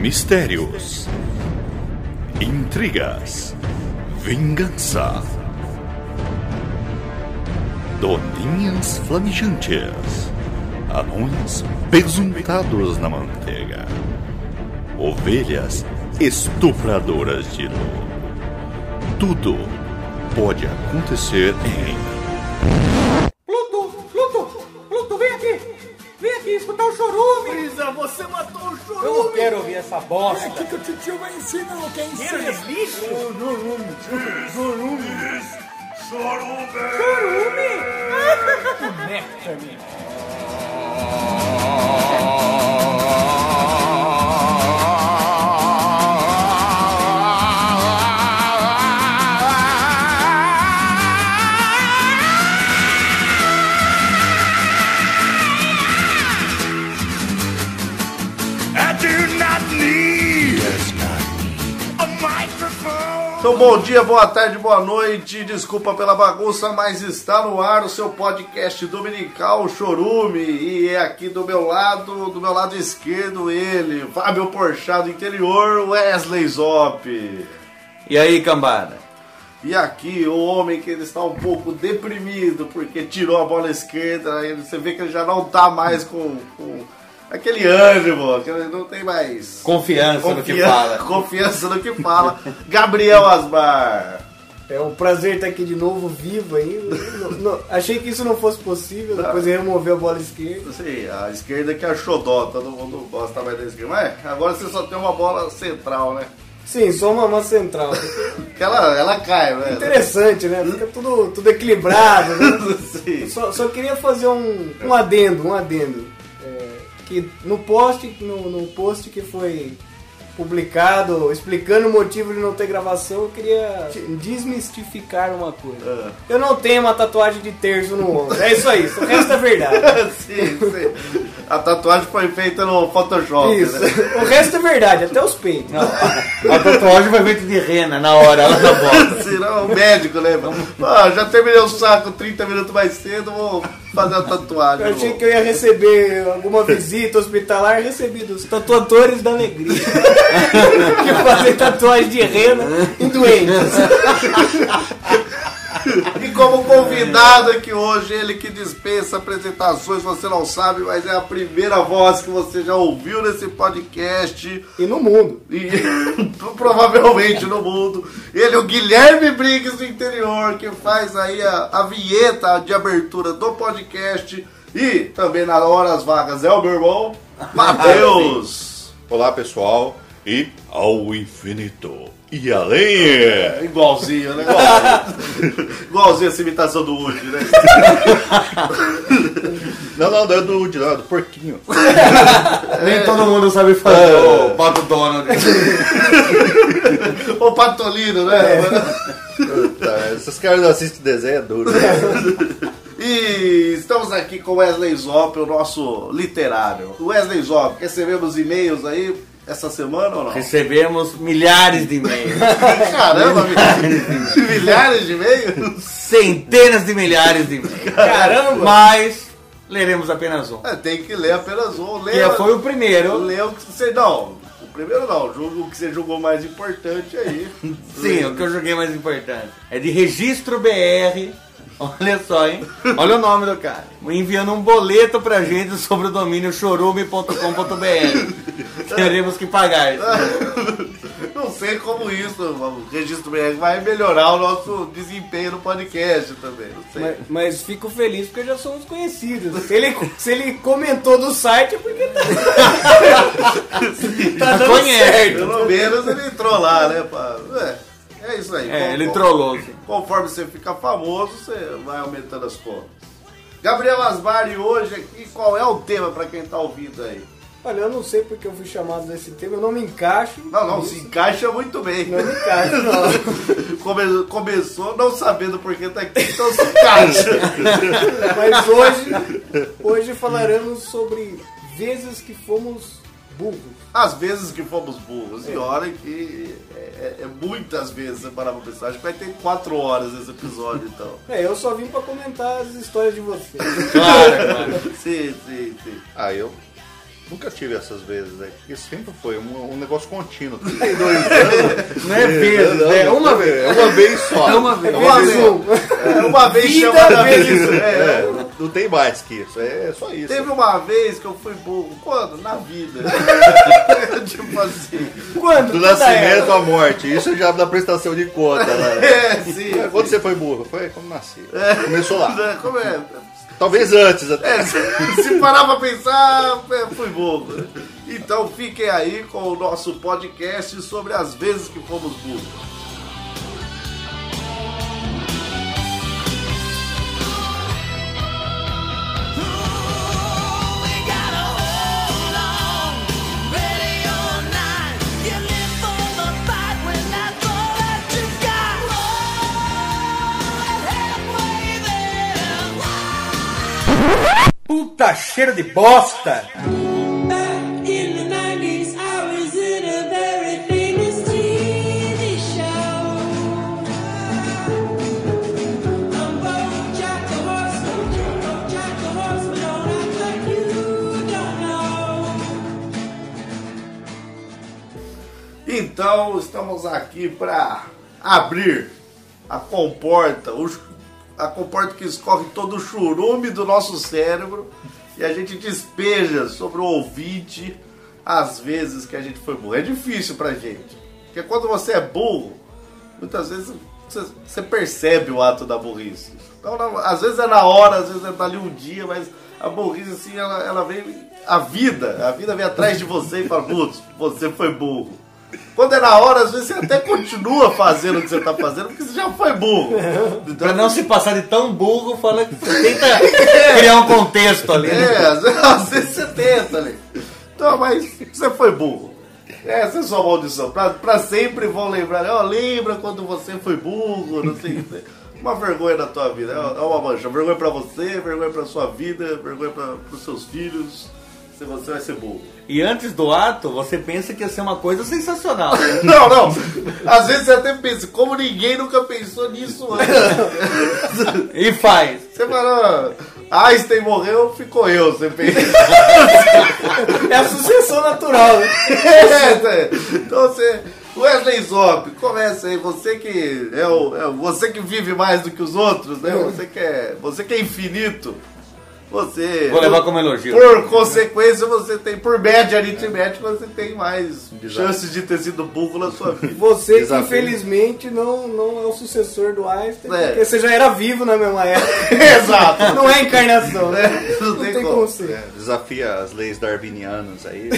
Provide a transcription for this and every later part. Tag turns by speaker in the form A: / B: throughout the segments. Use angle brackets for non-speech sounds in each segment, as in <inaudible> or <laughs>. A: Mistérios, intrigas, vingança, doninhas flamejantes, anões pesuntados na manteiga, ovelhas estupradoras de luz. Tudo pode acontecer em
B: Pluto, Pluto, Pluto, vem aqui! Vem aqui escutar o chorume!
C: Brisa, você matou o chorume!
B: Eu não quero ouvir essa bosta!
D: que o titio vai ensinar o que é
B: Cheiros lixo!
C: Chorume!
B: Chorume! Conecta-me!
C: I do not need a microphone!
E: Então, bom dia, boa tarde, boa noite. Desculpa pela bagunça, mas está no ar o seu podcast dominical Chorume. E é aqui do meu lado, do meu lado esquerdo, ele, Fábio Porchat do interior, Wesley Zop.
F: E aí, cambada?
E: E aqui o homem que ele está um pouco deprimido porque tirou a bola esquerda. aí Você vê que ele já não tá mais com, com aquele ânimo, que ele não tem mais
F: Confiança, no que
E: confian-
F: fala.
E: <laughs> confiança no que fala. Gabriel Asmar.
D: É um prazer estar aqui de novo, vivo ainda. Não- não- achei que isso não fosse possível, depois ele removeu a bola esquerda.
E: Não sei, a esquerda que é a xodó, todo mundo gosta mais da esquerda. Mas é, agora você só tem uma bola central, né?
D: Sim, só uma mão central.
E: Que ela, ela cai, né?
D: Interessante, né? Fica tudo, tudo equilibrado. né?
E: Sim.
D: Só, só queria fazer um, um adendo, um adendo. É, que no post, no, no post que foi publicado explicando o motivo de não ter gravação, eu queria te- desmistificar uma coisa. Eu não tenho uma tatuagem de terço no ombro. É isso aí, isso- o resto é
E: <laughs>
D: verdade.
E: Sim, sim. A tatuagem foi feita no Photoshop, <laughs>
D: Isso.
E: né?
D: O resto é verdade, até os peitos.
F: A tatuagem foi feita de rena na hora, ela na bola.
E: Senão o médico, né? Ah, já terminei o saco 30 minutos mais cedo, vou fazer a tatuagem.
D: Eu achei que eu ia receber alguma visita hospitalar, recebi dos tatuadores da alegria. <laughs> que fazem tatuagem de rena em doentes.
E: E como convidado aqui hoje, ele que dispensa apresentações, você não sabe, mas é a primeira voz que você já ouviu nesse podcast.
D: E no mundo.
E: E <laughs> provavelmente no mundo. Ele, é o Guilherme Briggs do interior, que faz aí a, a vinheta de abertura do podcast. E também na hora das vagas é o meu irmão,
A: <laughs>
E: Matheus.
A: Olá pessoal e ao infinito e além.
E: É igualzinho, né?
A: <laughs>
E: igualzinho essa imitação do Woody, né?
A: Não, não, não é do de lado, porquinho. <laughs>
F: Nem
A: É.
F: todo mundo sabe fazer. Ô, Bota o Donald.
E: O Patolino,
A: É.
E: né?
A: Tá, esses caras não assistem desenho, é duro.
E: E estamos aqui com Wesley Zop, o nosso literário. Wesley Zop, recebemos e-mails aí essa semana ou não?
F: Recebemos milhares de e-mails.
E: <laughs> Caramba, milhares, milhares de e-mails?
F: Centenas de milhares de e-mails.
D: Caramba!
F: Mas leremos apenas um.
E: É, Tem que ler apenas um. Lê,
F: Que foi o primeiro.
E: lê o que você. Não, o primeiro não, julga o que você julgou mais importante aí.
F: <laughs> Sim, o que eu joguei mais importante. É de registro BR. Olha só, hein? Olha o nome do cara. Enviando um boleto pra gente sobre o domínio chorume.com.br. Teremos que pagar.
E: Não sei como isso, o registro BR vai melhorar o nosso desempenho no podcast também. Não sei.
D: Mas, mas fico feliz porque já somos conhecidos. Se ele, se ele comentou do site é porque
F: <laughs>
D: tá, tá dando
F: Conhece.
D: certo.
E: Pelo menos ele entrou lá, né? Pra... É, é isso aí.
F: É,
E: Com-
F: ele
E: com-
F: trollou. sim.
E: Conforme você fica famoso, você vai aumentando as contas. Gabriel Asmar, e hoje aqui, qual é o tema pra quem tá ouvindo aí?
D: Olha, eu não sei porque eu fui chamado desse tema, eu não me encaixo.
E: Não, não,
D: nisso.
E: se encaixa muito bem.
D: Não me encaixo, não.
E: <laughs> Come- começou não sabendo por que tá aqui, então se encaixa.
D: Mas hoje, hoje falaremos sobre vezes que fomos burros.
E: Às vezes que fomos burros, e hora que é, é- é muitas vezes você parar pra pensar. Acho que vai ter quatro horas esse episódio, então.
D: É, eu só vim pra
E: <laughs>
D: comentar as histórias de vocês.
F: Claro, claro.
E: Sim, sim, sim.
A: Ah, eu Nunca tive essas vezes, né? Porque sempre foi um, um negócio contínuo.
F: Não é vezes,
D: né?
A: Não,
F: é
A: não,
F: uma vez.
A: É uma vez só.
F: É uma vez.
A: É uma vez.
E: É, uma vez
D: Vida
E: chamada
D: vez.
E: vez. É.
A: É, não- não tem mais que isso. É só isso.
E: Teve uma vez que eu fui burro. Quando? Na
D: <laughs>
E: vida. tipo assim.
D: Quando?
A: Do
D: Toda
A: nascimento
D: ela.
A: à morte. Isso já na prestação de conta.
E: <laughs>
A: Né?
E: É, sim.
A: Quando você foi burro? Foi quando nasci. Começou lá.
E: É, Como é?
A: Talvez antes até.
E: É, se, se parar pra pensar, é, fui burro. Então fiquem aí com o nosso podcast sobre as vezes que fomos burros.
F: Puta cheiro de bosta!
E: Então estamos aqui pra abrir a comporta, o chu- a comporta que escorre todo o churume do nosso cérebro e a gente despeja sobre o ouvinte as vezes que a gente foi burro. É difícil pra gente, porque quando você é burro, muitas vezes você, você percebe o ato da burrice. Então, na- às vezes é na hora, às vezes é dali um dia, mas a burrice assim, ela, ela vem. A vida, a vida vem atrás de você e fala, putz, você foi burro. Quando é na hora, às vezes você até continua fazendo o que você tá fazendo, porque você já foi burro.
F: Pra não se passar de tão burro, fala que você tenta criar um contexto ali. né?
E: É, às vezes- <laughs> às vezes você tenta ali. Então, mas você foi burro. Essa é sua maldição. Pra, pra sempre vão lembrar. né? Ó, lembra quando você foi burro, não sei o que. Uma vergonha na tua vida. É uma- É uma mancha. Vergonha pra você, vergonha pra sua vida, vergonha pra, pros seus filhos. Se você vai ser burro.
F: E antes do ato, você pensa que ia ser uma coisa sensacional. né?
E: Não, não. Às vezes você até pensa, como ninguém nunca pensou nisso antes.
F: E faz.
E: Você fala, ó, Einstein morreu, ficou eu. Você pensa.
D: É a sucessão natural, né?
E: É, <laughs> então você. Wesley Zop, começa aí, você que é, o, é o- você que vive mais do que os outros, né? Você que é, você que é infinito. Você.
F: Vou levar como elogio.
E: Por consequência, você tem, por média aritmética, você tem mais chances de ter sido burro na sua vida.
D: Você
A: Desafio.
D: que infelizmente não, não é o sucessor do Einstein,
E: É.
D: porque você já era vivo na mesma
E: <laughs>
D: época.
E: <laughs> Exato.
D: Não é encarnação, né?
E: É, não
D: Não
E: tem
D: tem,
E: como.
D: como, ser.
A: É, desafia as leis darwinianas aí.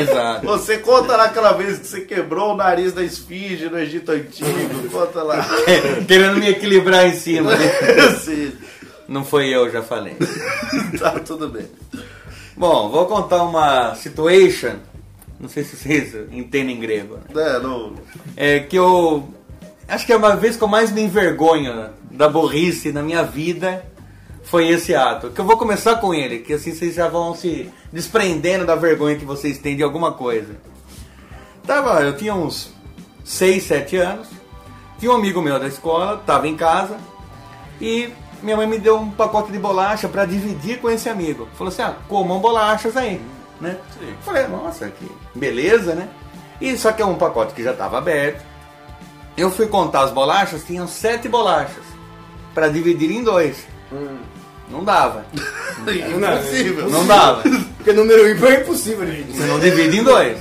F: Exato.
E: Você conta lá aquela vez que você quebrou o nariz da esfinge no Egito Antigo, conta
F: <laughs>
E: lá. <laughs>
F: É, Querendo me equilibrar em cima. né?
E: Sim,
F: Não foi eu, já falei.
E: tá tudo bem.
F: Bom, vou contar uma situation. Não sei se vocês entendem grego. né?
E: É, não.
F: É que eu. Acho que é uma vez que eu mais me envergonho da burrice na minha vida. Foi esse ato. Que eu vou começar com ele, que assim vocês já vão se desprendendo da vergonha que vocês têm de alguma coisa. Tava, eu tinha uns 6, 7 anos. Tinha um amigo meu da escola, tava em casa. E minha mãe me deu um pacote de bolacha pra dividir com esse amigo. Falou assim: ah, comam bolachas aí, né? Falei, nossa, que beleza, né? E só que é um pacote que já tava aberto. Eu fui contar as bolachas, tinham sete bolachas pra dividir em dois. Não dava,
E: Impossível.
F: não dava.
D: Porque número ímpar é impossível, gente.
F: Você não divide em dois.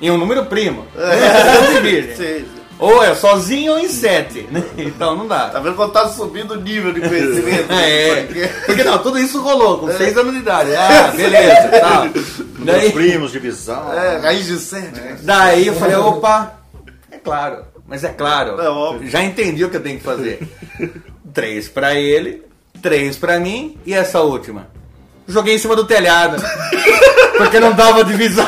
F: Em um número primo. Você não divide.
E: Sim.
F: Ou é sozinho ou em sete. né? Então não dá.
E: Tá vendo quando tá subindo o nível de conhecimento? né?
F: <laughs> É,
E: Porque-
F: porque não, tudo isso rolou com 6 anos de idade. Ah, beleza, tal.
A: Meus
F: Daí,
A: primos, divisão.
E: É, raiz de sede. né?
F: daí eu falei, opa, é claro, mas é claro,
E: É óbvio.
F: já entendi o que eu tenho que fazer. Três pra ele, três pra mim e essa última. Joguei em cima do telhado, porque não dava divisão.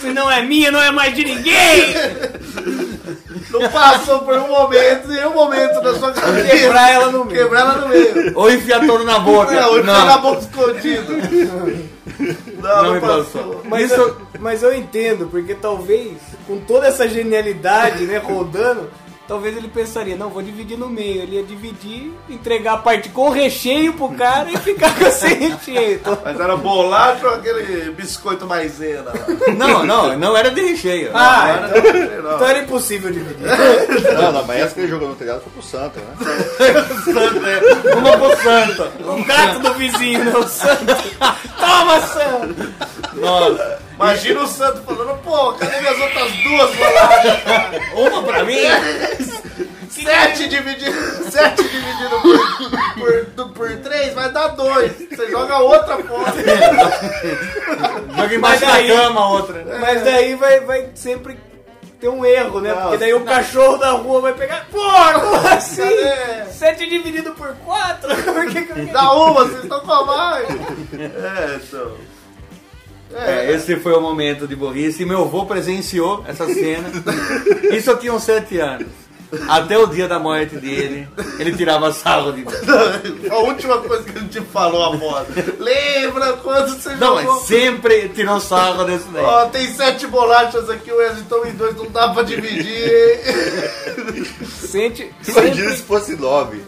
B: Se não é minha, não é mais de ninguém!
E: Não passou por um momento, nenhum momento da sua cabeça.
D: Quebrar ela no meio.
E: Quebrar ela no meio.
F: Ou enfiar todo na boca.
E: Não, hoje
F: não,
E: foi na boca escondido. Não,
F: não
E: não,
F: me
E: passou.
F: passou.
D: Mas,
F: Isso-
D: eu, mas eu entendo, porque talvez com toda essa genialidade, né, rodando, talvez ele pensaria, não, vou dividir no meio. Ele ia dividir, entregar a parte com o recheio pro cara e ficar com sem recheio. Então,
E: Mas era bolacha ou aquele biscoito maisena?
F: Não, não, não era de recheio.
D: ah, então,
E: Não,
D: <laughs> então era impossível dividir.
G: Não, não, mas essa que ele jogou no telhado foi pro Santa, né?
F: Santo, é. Uma pro Santa.
D: O gato do vizinho, não, o santo. Toma, santo!
F: Nossa.
E: Imagina o santo falando, pô, cadê minhas outras duas bolachas?
F: Uma pra mim?
E: Sete dividido, <laughs> sete dividido por, por, do- por três vai dar dois. Você joga outra fora.
F: Joga embaixo da
D: Mas aí-
F: cama outra.
D: Mas daí vai, vai sempre ter um erro, né? Porque daí o cachorro da rua vai pegar. Porra, como assim?
E: Cadê?
D: Sete dividido por quatro? <laughs> Por que que eu-
E: Dá uma, vocês estão com a mais. É, então.
F: É, esse foi o momento de burrice. E meu avô presenciou essa cena. Isso eu tinha uns 7 anos. Até o dia da morte dele, ele tirava sarro de mim.
E: <laughs> A última coisa que a gente falou a moda. Lembra quando você
F: Não, é
E: jogou?
F: mas sempre tirou sarro desse daí.
E: Ó, tem sete bolachas aqui, o Wellington em dois, não dá pra dividir, <laughs> hein?
D: Sente,
G: Imagina
D: sempre,
G: se fosse nove.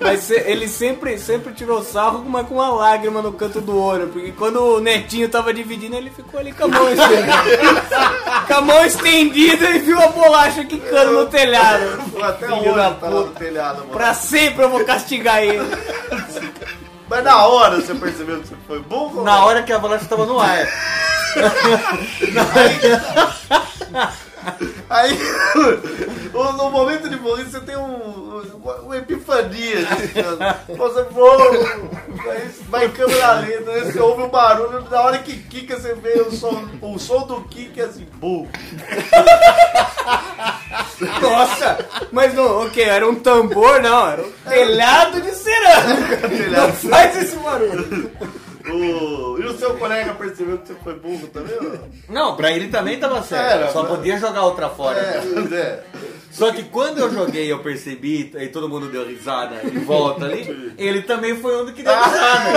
D: mas se- ele sempre, sempre tirou sarro, mas com uma lágrima no canto do olho. Porque quando o netinho tava dividindo, ele ficou ali com a mão estendida. com a mão estendida e viu a bolacha quicando no telhado.
E: Até
D: Filho
E: hoje
D: da
E: tá lá no
D: puta.
E: telhado, mano.
D: Pra sempre eu vou castigar ele.
E: Mas na hora você percebeu que você foi burro?
F: Na hora que a bolacha tava no ar.
E: Aí, <laughs> o- no momento de burrice, você tem um, um- uma epifania. Assim, você voa, aí vai em câmera lenta, aí você ouve o barulho, na hora que quica, você vê o som, o som do kick é assim, burro.
D: Nossa! Mas não, o que? Era um tambor, não, era um telhado de cerâmica. Não faz esse barulho.
E: O- e o seu colega percebeu que você foi burro também? ó?
F: Não, pra ele também tava certo.
E: Era,
F: só
E: mano.
F: podia jogar outra fora.
E: É, é.
F: Só que quando eu joguei, eu percebi, e todo mundo deu risada em volta ali, ele também foi um do que deu risada.
E: <laughs>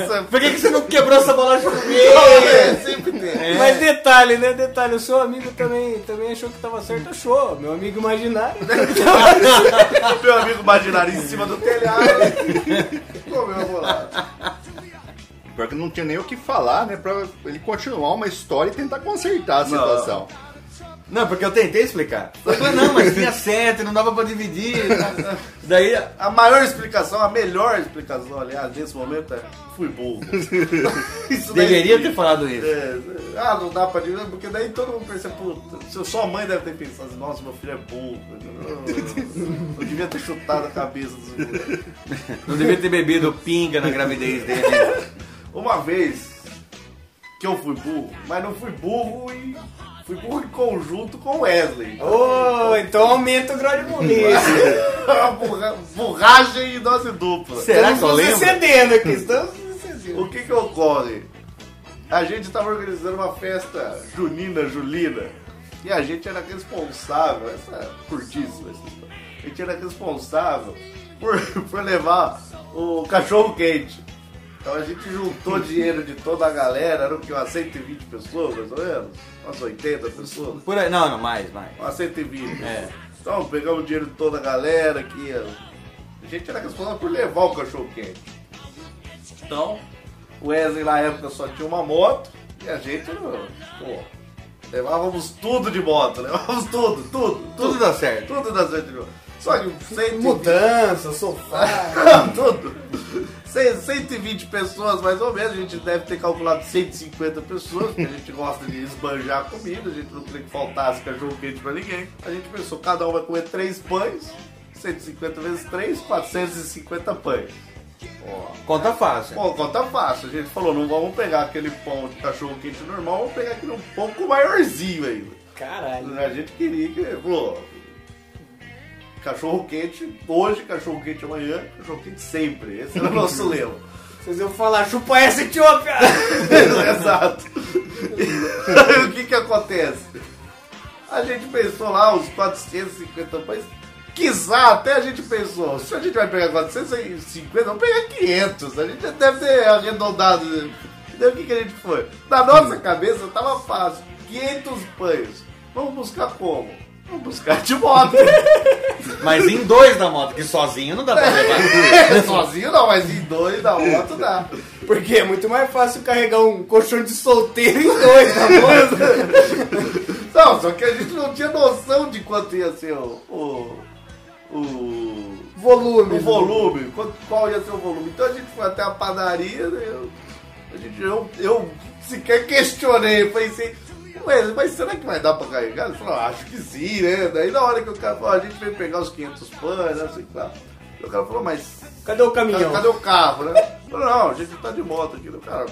E: Nossa,
F: Por que, que você não quebrou essa bolacha comigo?
E: é, sempre tem.
F: É.
D: Mas detalhe, né? Detalhe, o seu amigo também, também achou que tava certo, achou. Meu amigo imaginário.
E: Meu amigo imaginário em cima do telhado. Comeu a bolacha.
G: Pior que não tinha nem o que falar, né? Pra ele continuar uma história e tentar consertar a situação.
F: Não, porque eu tentei explicar. Eu falei, não, mas tinha sete, não dava pra dividir. Daí,
E: A maior explicação, a melhor explicação, aliás, nesse momento é fui <laughs> burro. Isso daí-
F: deveria ter falado isso.
E: É, ah, não dá pra dividir, porque daí todo mundo pensa, puta, seu- sua mãe deve ter pensado assim, nossa, meu filho é burro. <laughs> Eu, eu devia ter chutado a cabeça dos moleques.
F: Não devia ter bebido pinga na gravidez dele.
E: Uma vez que eu fui burro, mas não fui burro e fui burro em conjunto com o Wesley. <laughs>
D: Ô, então aumenta o grau de polícia.
E: Uma burra, burragem e dose dupla.
F: Será que
D: Estamos
F: eu lembro?
D: cedendo aqui, estamos cedendo.
E: O que que ocorre? A gente tava organizando uma festa junina, julina, e a gente era responsável, essa é curtíssima essa história. A gente era responsável por, <laughs> por levar o cachorro quente. Então a gente juntou dinheiro de toda a galera, eram que umas 120 pessoas, mais ou menos, umas 80 pessoas.
F: Por aí, não, não, mais, mais.
E: Uma 120.
F: É.
E: Então, pegamos o dinheiro de toda a galera que ia- A gente era responsável por levar o cachorro quente. Então, o Wesley na época só tinha uma moto e a gente, pô, levávamos tudo de moto, levávamos tudo, tudo, tudo,
F: Tudo dá certo.
E: tudo das vezes de moto. Só que 120
D: Mudança, sofá.
E: <laughs> tudo. Cem- 120 pessoas, mais ou menos. A gente deve ter calculado 150 pessoas, porque a gente gosta de esbanjar a comida. A gente não queria que faltasse cachorro quente pra ninguém. A gente pensou, cada um vai comer 3 pães. 150 vezes 3, 450 pães. Ó,
F: Conta fácil.
E: Pô, conta fácil. A gente falou, não vamos pegar aquele pão de cachorro quente normal, vamos pegar aquele um pouco maiorzinho ainda.
D: Caralho.
E: A gente queria que. Pô, cachorro quente hoje, cachorro quente amanhã, cachorro quente sempre. Esse era o nosso lema.
D: Vocês iam falar, chupa essa Etiópia. <laughs>
E: <laughs> Exato. E o que que acontece? A gente pensou lá, os 450 pães. Quizá até a gente pensou, se a gente vai pegar 450, vamos pegar 500. A gente já deve ter arredondado. Então, Entendeu o que, que a gente foi? Na nossa cabeça tava fácil. 500 pães. Vamos buscar como? Vamos buscar de moto. <laughs>
F: Mas em dois na moto, que sozinho não dá pra levar.
E: Sozinho não, mas em dois na moto dá.
D: Porque é muito mais fácil carregar um colchão de solteiro em dois, tá bom? <laughs>
E: Não, só que a gente não tinha noção de quanto ia ser o. o. o,
D: Um Volume.
E: o volume, quanto- qual ia ser o volume. Então a gente foi até a padaria, né, eu, a gente, eu, eu sequer questionei, pensei. Ué, mas será que vai dar pra carregar? Ele falou, "Ah, acho que sim, né? Daí na hora que o cara falou, "Ó, a gente veio pegar os 500 pães, né, sei lá. O cara falou, mas
D: Cadê o
E: cadê,
D: caminhão?
E: cadê o carro, né? Eu falei, não, a gente tá de moto aqui, né? cara.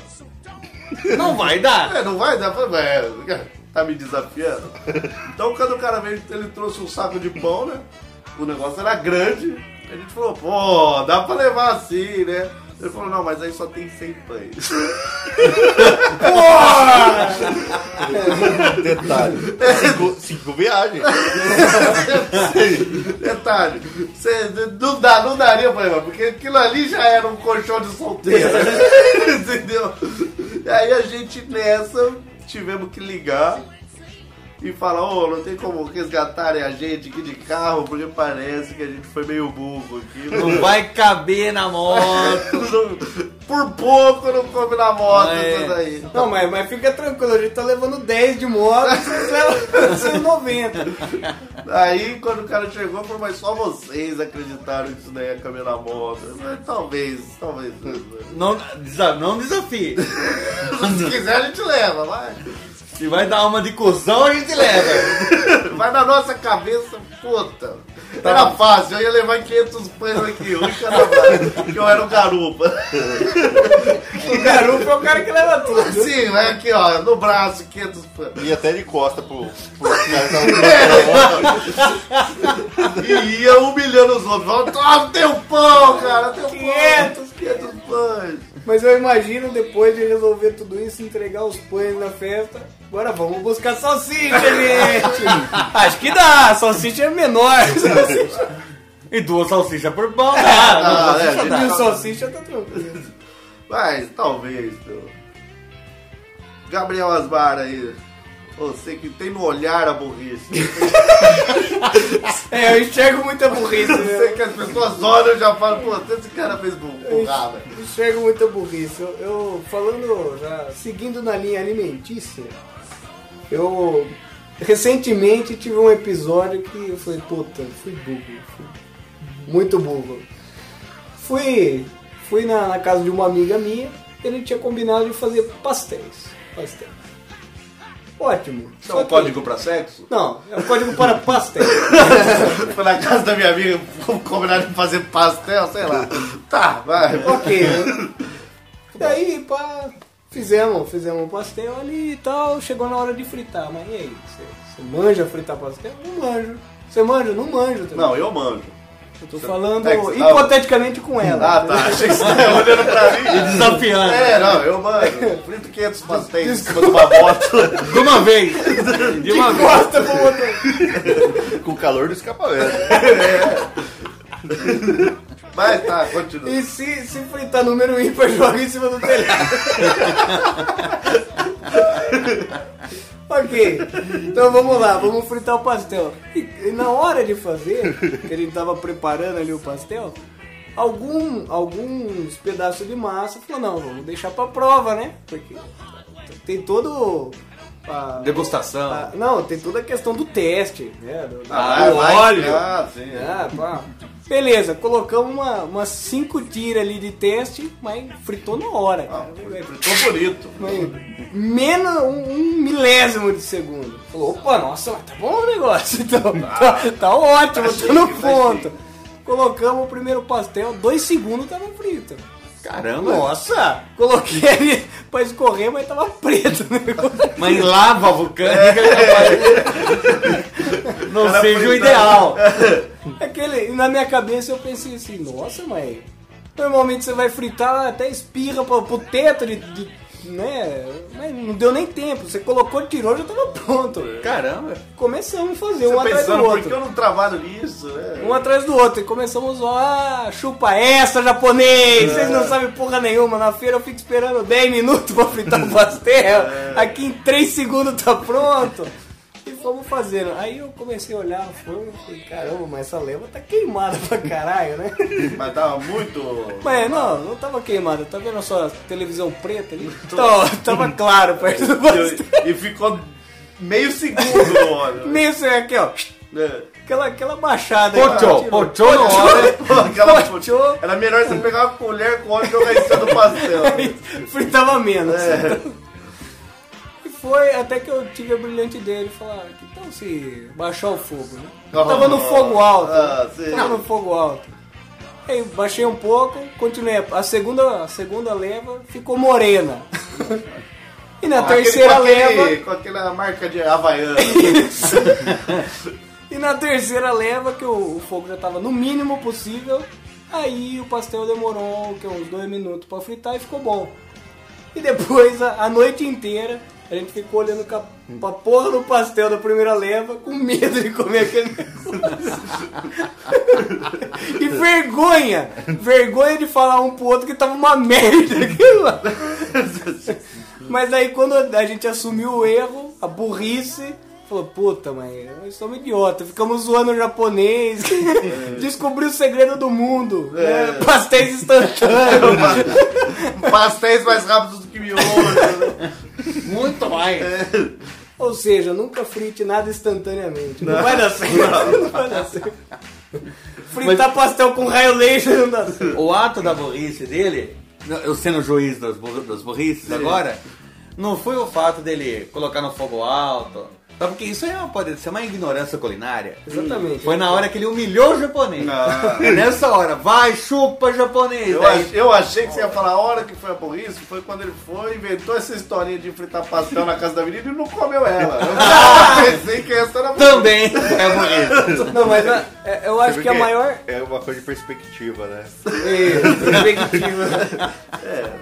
F: Não vai dar.
E: É, não vai dar? Falei, "Ué, tá me desafiando? Então, quando o cara veio, ele trouxe um saco de pão, né? O negócio era grande. A gente falou, pô, dá pra levar assim, né? Ele falou, não, mas aí só tem 100
G: <laughs>
E: pães. <laughs>
G: Detalhe.
E: É.
G: Cinco, cinco viagens.
E: Detalhe, cê- não, dá, não daria pra levar, porque aquilo ali já era um colchão de solteiro. <laughs> entendeu? E aí a gente nessa tivemos que ligar e falar, ô, não tem como resgatarem a gente aqui de carro, porque parece que a gente foi meio burro aqui.
F: Não vai caber na moto.
E: Não- Por pouco não come na moto
F: É.
E: isso daí.
D: Não, mas, mas fica tranquilo, a gente tá levando 10 de <laughs> moto, vocês levam vocês 90.
E: Aí quando o cara chegou, falou, mas só vocês acreditaram que isso daí ia caber na moto. Eu falei, Talvez, talvez.
F: Não, desa- não desafie.
E: Se quiser, a gente leva, vai.
F: Se vai dar uma de cuzão, a gente leva.
E: Vai na nossa cabeça, puta. Era fácil, eu ia levar 500 pães aqui, um em cada mão, porque eu era um garupa.
D: O garupa é o cara que leva <laughs> tudo.
E: Sim, vai aqui, ó, no braço, 500 pães.
G: E até de costa pro, pro cara que tava levando.
E: E ia humilhando os outros, falando, ah, teu pão, cara, teu pão. 500, 500 pães.
D: Mas eu imagino depois de resolver tudo isso, entregar os pães na festa. Agora vamos buscar <laughs> salsicha, gente! Acho que dá, salsicha é <laughs> menor. Salsicha,
F: E duas salsichas por pão. dá.
E: Ah, é, a gente
D: e o
E: tava-
D: salsicha tá tranquilo.
E: Mas talvez, meu. Gabriel Asmar aí. Você que tem no olhar a burrice.
D: É, eu enxergo muita burrice,
E: Você
D: né?
E: que as pessoas olham e já falam, pô, esse cara fez bu- burrada.
D: Eu enxergo muita burrice. Eu, eu, falando, já seguindo na linha alimentícia, eu recentemente tive um episódio que eu falei, puta, fui burro, fui muito burro. Fui, fui na, na casa de uma amiga minha, ele tinha combinado de fazer pastéis. pastéis. Ótimo. Só que-
E: é um pra sexo?
D: Não, é um código para pastéis.
E: <laughs> Foi na casa da minha amiga, combinaram de fazer pastel, sei lá. Tá, vai.
D: ok. <laughs> Daí, pá, fizemos, fizemos um pastel ali e tal, chegou na hora de fritar, mas e aí? Você você manja fritar pastel? Não manjo. Você manja? Não manjo também.
E: Não, eu manjo.
D: eu tô falando
E: é que você tá-
D: hipoteticamente com <laughs> ela.
E: Ah, tá. Achei que você tava olhando pra mim.
F: Desafiando.
E: É, não, eu manjo. Frito 500 pastéis em cima de uma moto. <laughs>
F: De uma vez. De uma vez.
D: Gosta pro outro.
G: com o calor do escapamento.
E: Mas É. tá, continua.
D: E se, se fritar número ímpar, <laughs> joga em cima do telhado. <laughs> ok, então vamos lá, vamos fritar o pastel. E, e na hora de fazer, que ele tava preparando ali o pastel, algum, alguns pedaços de massa falou, não, vamos deixar pra prova, né? Porque tem todo... a-
F: Degustação.
D: a- não, tem toda a questão do teste, né? Do- do-
E: Ah,
F: o
E: vai,
F: óleo.
E: Ah, sim. é.
D: ah, pá. Beleza, colocamos uma- umas cinco tiras ali de teste, mas fritou na hora, cara.
E: Fritou bonito.
D: Um Mas menos um, um milésimo de segundo. Falou, opa, nossa, mas tá bom o negócio, <laughs> então. Tá, tá ótimo, tá no
E: chique, tá
D: ponto.
E: chique.
D: Colocamos o primeiro pastel, dois segundos tava frito.
F: Caramba.
D: Nossa! Coloquei ele pra escorrer, mas tava preto o negócio.
F: Mas lava vulcânica. É. Não seja o ideal.
D: Aquele, e É na minha cabeça eu pensei assim, nossa mãe, normalmente você vai fritar até espirra pro, pro teto de, de- né? Mas não deu nem tempo, você colocou, tirou, já tava pronto.
F: Caramba.
D: Começamos a fazer um
E: É. Você
D: atrás do
E: pensando, por que
D: outro.
E: eu não trabalho nisso? né?
D: Um atrás do outro, e começamos, ó, "Ah, chupa essa japonês, vocês não sabem porra nenhuma, na feira eu fico esperando 10 minutos pra fritar o pastel, aqui em 3 segundos tá pronto. E fomos fazendo. Aí eu comecei a olhar o filme e falei, caramba, mas essa leva tá queimada pra caralho, né? <laughs>
E: Mas tava muito.
D: Mas não, não tava queimada. Tá vendo a sua televisão preta ali? Então, tava claro perto do bastante.
E: E, e ficou meio segundo no óleo.
D: Nisso <laughs> é aqui, ó.
E: É.
D: Aquela, aquela baixada aí, ó,
F: Pochou,
D: tirou.
F: pochou na hora.
E: Pô, aquela- Era melhor você pegar uma colher com óleo e jogar em cima do pastel.
D: <laughs> Fritava menos.
E: É.
D: E foi até que eu tive a brilhante ideia de falar, "Que tal se baixar o fogo, né?
E: Ah,
D: tava no fogo alto. né?
E: ah, sim.
D: tava no fogo alto. Aí baixei um pouco, continuei. A segunda, a segunda leva ficou morena. <laughs> E na
E: Aquele-
D: terceira
E: com aquele-
D: leva.
E: Com aquela marca de Havaiana. <laughs>
D: E na terceira leva, que o, o fogo já tava no mínimo possível, aí o pastel demorou que, é uns dois minutos pra fritar e ficou bom. E depois, a, a noite inteira, a gente ficou olhando ca- pra porra do pastel da primeira leva, com medo de comer aquele negócio. <laughs> E vergonha! Vergonha de falar um pro outro que tava uma merda aquilo lá. Mas aí quando a gente assumiu o erro, a burrice, falou, puta, mãe, nós somos idiota, ficamos zoando o japonês, <laughs> descobriu o segredo do mundo, né? pastéis instantâneos. <laughs>
E: Pastéis mais rápidos do que miolo. né?
F: Muito mais.
D: Ou seja, nunca frite nada
E: <laughs>
D: instantaneamente. né? Não, assim, vai dar certo. Não vai dar certo. Fritar pastel com raio laser não dá certo.
F: O ato da burrice dele, eu sendo juiz das, bur- das burrices agora, não foi o fato dele colocar no fogo alto. Sabe porque isso é uma, pode ser uma ignorância culinária.
D: Exatamente.
F: Foi na hora que ele humilhou o japonês.
E: Ah.
F: É nessa hora, vai, chupa japonês.
E: Eu,
F: Aí-
E: ach- eu achei que você ia falar a hora que foi a burrice, foi quando ele foi, inventou essa historinha de fritar pastel na casa da menina e não comeu ela. Eu pensei que essa era a burrice.
F: Também é burrice.
D: Não, mas a- é- eu acho que a maior.
A: É uma coisa de perspectiva, né?
D: É, perspectiva.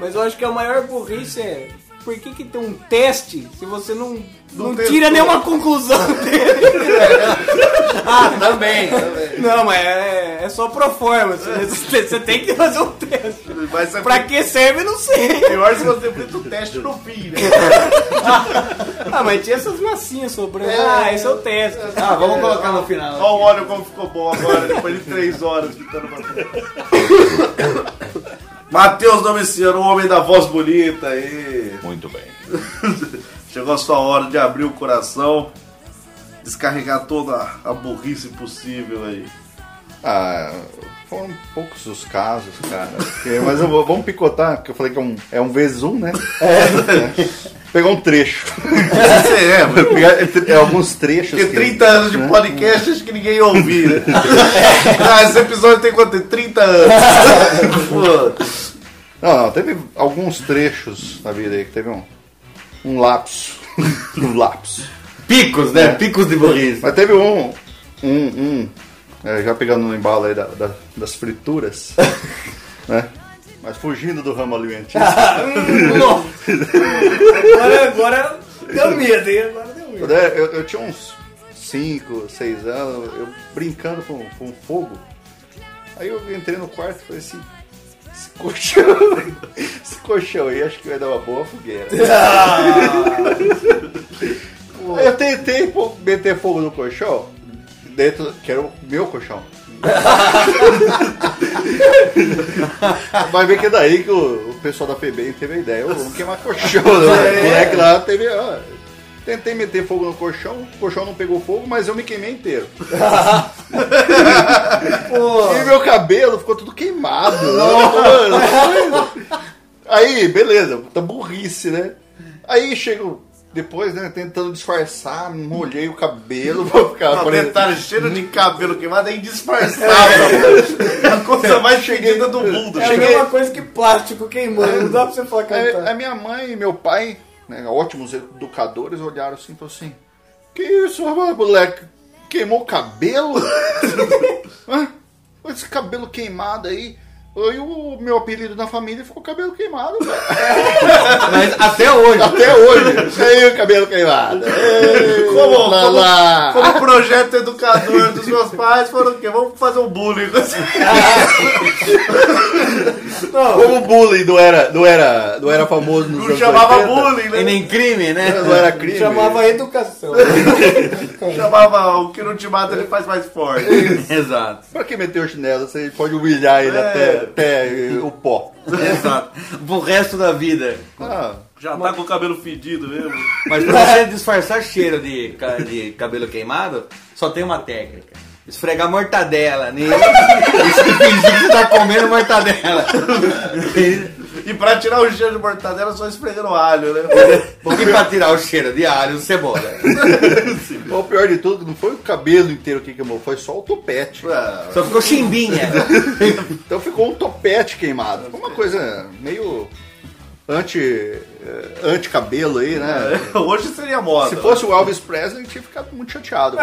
D: Mas eu acho que a maior burrice é por que, que tem um teste se você não, não,
E: testou.
D: tira nenhuma conclusão <laughs> dele?
F: Ah, <laughs> também.
D: Não, mas é, é só pro forma. Você, você tem que fazer um teste.
E: Mas você
D: Pra que serve, não sei.
E: Pior se você frita o teste no fim, né?
D: Ah, mas tinha essas massinhas sobrando. ah, esse é o teste.
F: Ah, vamos colocar no final.
E: Olha o óleo como ficou bom agora, depois de três horas fritando pastel. Matheus Domiciano, o homem da voz bonita aí.
H: Muito bem.
E: Chegou a sua hora de abrir o coração, descarregar toda a burrice possível aí.
A: Ah, foram poucos os casos, cara. Porque- mas eu vou- vamos picotar, porque eu falei que é um, é um vezes um, né? É. Pegar um trecho.
E: Você é, mano.
A: Pegar é, tre- é, alguns trechos.
E: Porque
A: que-
E: 30 anos de podcast, acho que ninguém ia ouvir, né? ah, esse episódio tem quanto? Tem 30 anos. Pô.
A: Não, não, teve alguns trechos na vida aí que teve um, um lapso. <laughs> um lapso.
F: Picos, né? Picos de burrice.
A: Mas teve um. Um. um é, já pegando no embalo aí da- da- das
E: <laughs>
A: frituras. né? Mas fugindo do ramo alimentício.
D: Agora, agora deu medo, hein? Agora deu medo.
A: Quando é, eu, eu- eu tinha uns 5, 6 anos, eu brincando com, com fogo. Aí eu entrei no quarto e falei assim. Esse colchão, <laughs> esse colchão aí acho que vai dar uma boa fogueira.
E: Ah!
A: Aí <laughs> eu tentei pô- meter fogo no colchão, dentro, que era o meu colchão. Mas bem que é daí que o, o pessoal da FEBEM teve a ideia, "Ô, vamos queimar colchão. né? O moleque lá teve. ó, tentei meter fogo no colchão, o colchão não pegou fogo, mas eu me queimei inteiro. E meu cabelo ficou tudo queimado. Mano. Aí, beleza, puta burrice, né? Aí chego depois, né, tentando disfarçar, molhei o cabelo <laughs> pra ficar
E: Não,
A: parecendo-
E: detalhe, cheiro de cabelo queimado
A: <laughs>
E: é indisfarçável.
A: É.
E: a coisa mais fedida do mundo.
D: É a mesma coisa que plástico queimando. Não dá pra você falar que
A: Aí,
D: não tá.
A: a É, minha mãe e meu pai, né, ótimos educadores, olharam assim e falaram assim: Que isso, rapaz, moleque?
G: <laughs>
A: Queimou o cabelo? Hã? Esse cabelo queimado aí.
G: E o meu apelido na família ficou cabelo queimado, cara.
F: Mas até hoje.
A: <laughs>
G: Até hoje. Aí o cabelo queimado.
A: É.
G: Ei,
E: Como-
G: lá,
E: como-
G: lá.
E: Como projeto educador dos meus pais, foram o quê? Vamos fazer um bullying com esse
G: Como o bullying não era, não era, não era famoso nos
E: Não
G: anos
E: chamava
G: 80,
E: bullying, né?
F: E nem crime, né?
G: Não era crime.
D: Chamava educação.
E: Chamava o que não te mata, ele faz mais forte.
F: <laughs> Exato,
G: Pra que meter o chinelo? Você pode humilhar ele
E: É.
G: até, até eh, o pó.
F: exato. Pro resto da vida.
G: Ah,
E: Já tá com o cabelo fedido mesmo.
G: <laughs>
F: Mas pra você disfarçar cheiro de, ca- de cabelo queimado, só tem uma técnica. Esfregar
G: <laughs>
F: mortadela nele. E você fingir que você tá comendo mortadela.
E: E pra tirar o cheiro de mortadela, só esfregando alho, né?
F: Porque pra tirar o cheiro de alho, é cebola.
G: o pior de tudo não foi o cabelo inteiro que queimou, foi só o topete.
E: É,
F: Só ficou chimbinha.
G: Então ficou um topete queimado. Ficou Uma coisa meio anti, eh, anti-cabelo aí, né?
E: Hoje seria moda.
G: Se fosse o Elvis Presley, eu tinha ficado muito chateado.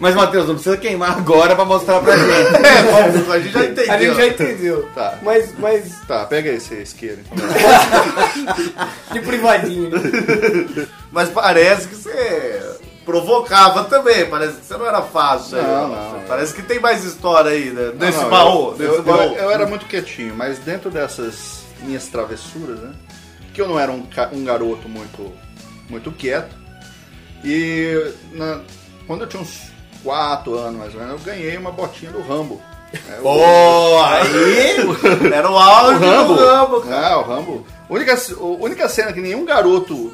F: Mas, Matheus, não precisa queimar agora pra mostrar pra gente.
E: É, bom, a gente já entendeu.
D: A gente já entendeu.
G: Tá.
D: Mas, mas
G: Tá, pega esse isqueiro. então.
D: de
G: <laughs>
D: privadinho. né?
E: Mas parece que você provocava também. Parece que você não era fácil.
G: Não,
E: né?
G: não.
E: Parece que tem mais história aí, né? Nesse
G: Não, não,
E: baú.
G: eu-
E: nesse
G: eu,
E: baú.
G: eu- eu era muito quietinho, mas dentro dessas minhas travessuras, né? Que eu não era um, ca- um garoto muito, muito quieto. E na- quando eu tinha uns 4 anos mais ou menos, eu ganhei uma botinha do Rambo. É, o-
E: Pô, aí era o auge
G: Rambo?
E: do Rambo, cara.
G: Ah, o Rambo. A única, c- a única cena que nenhum garoto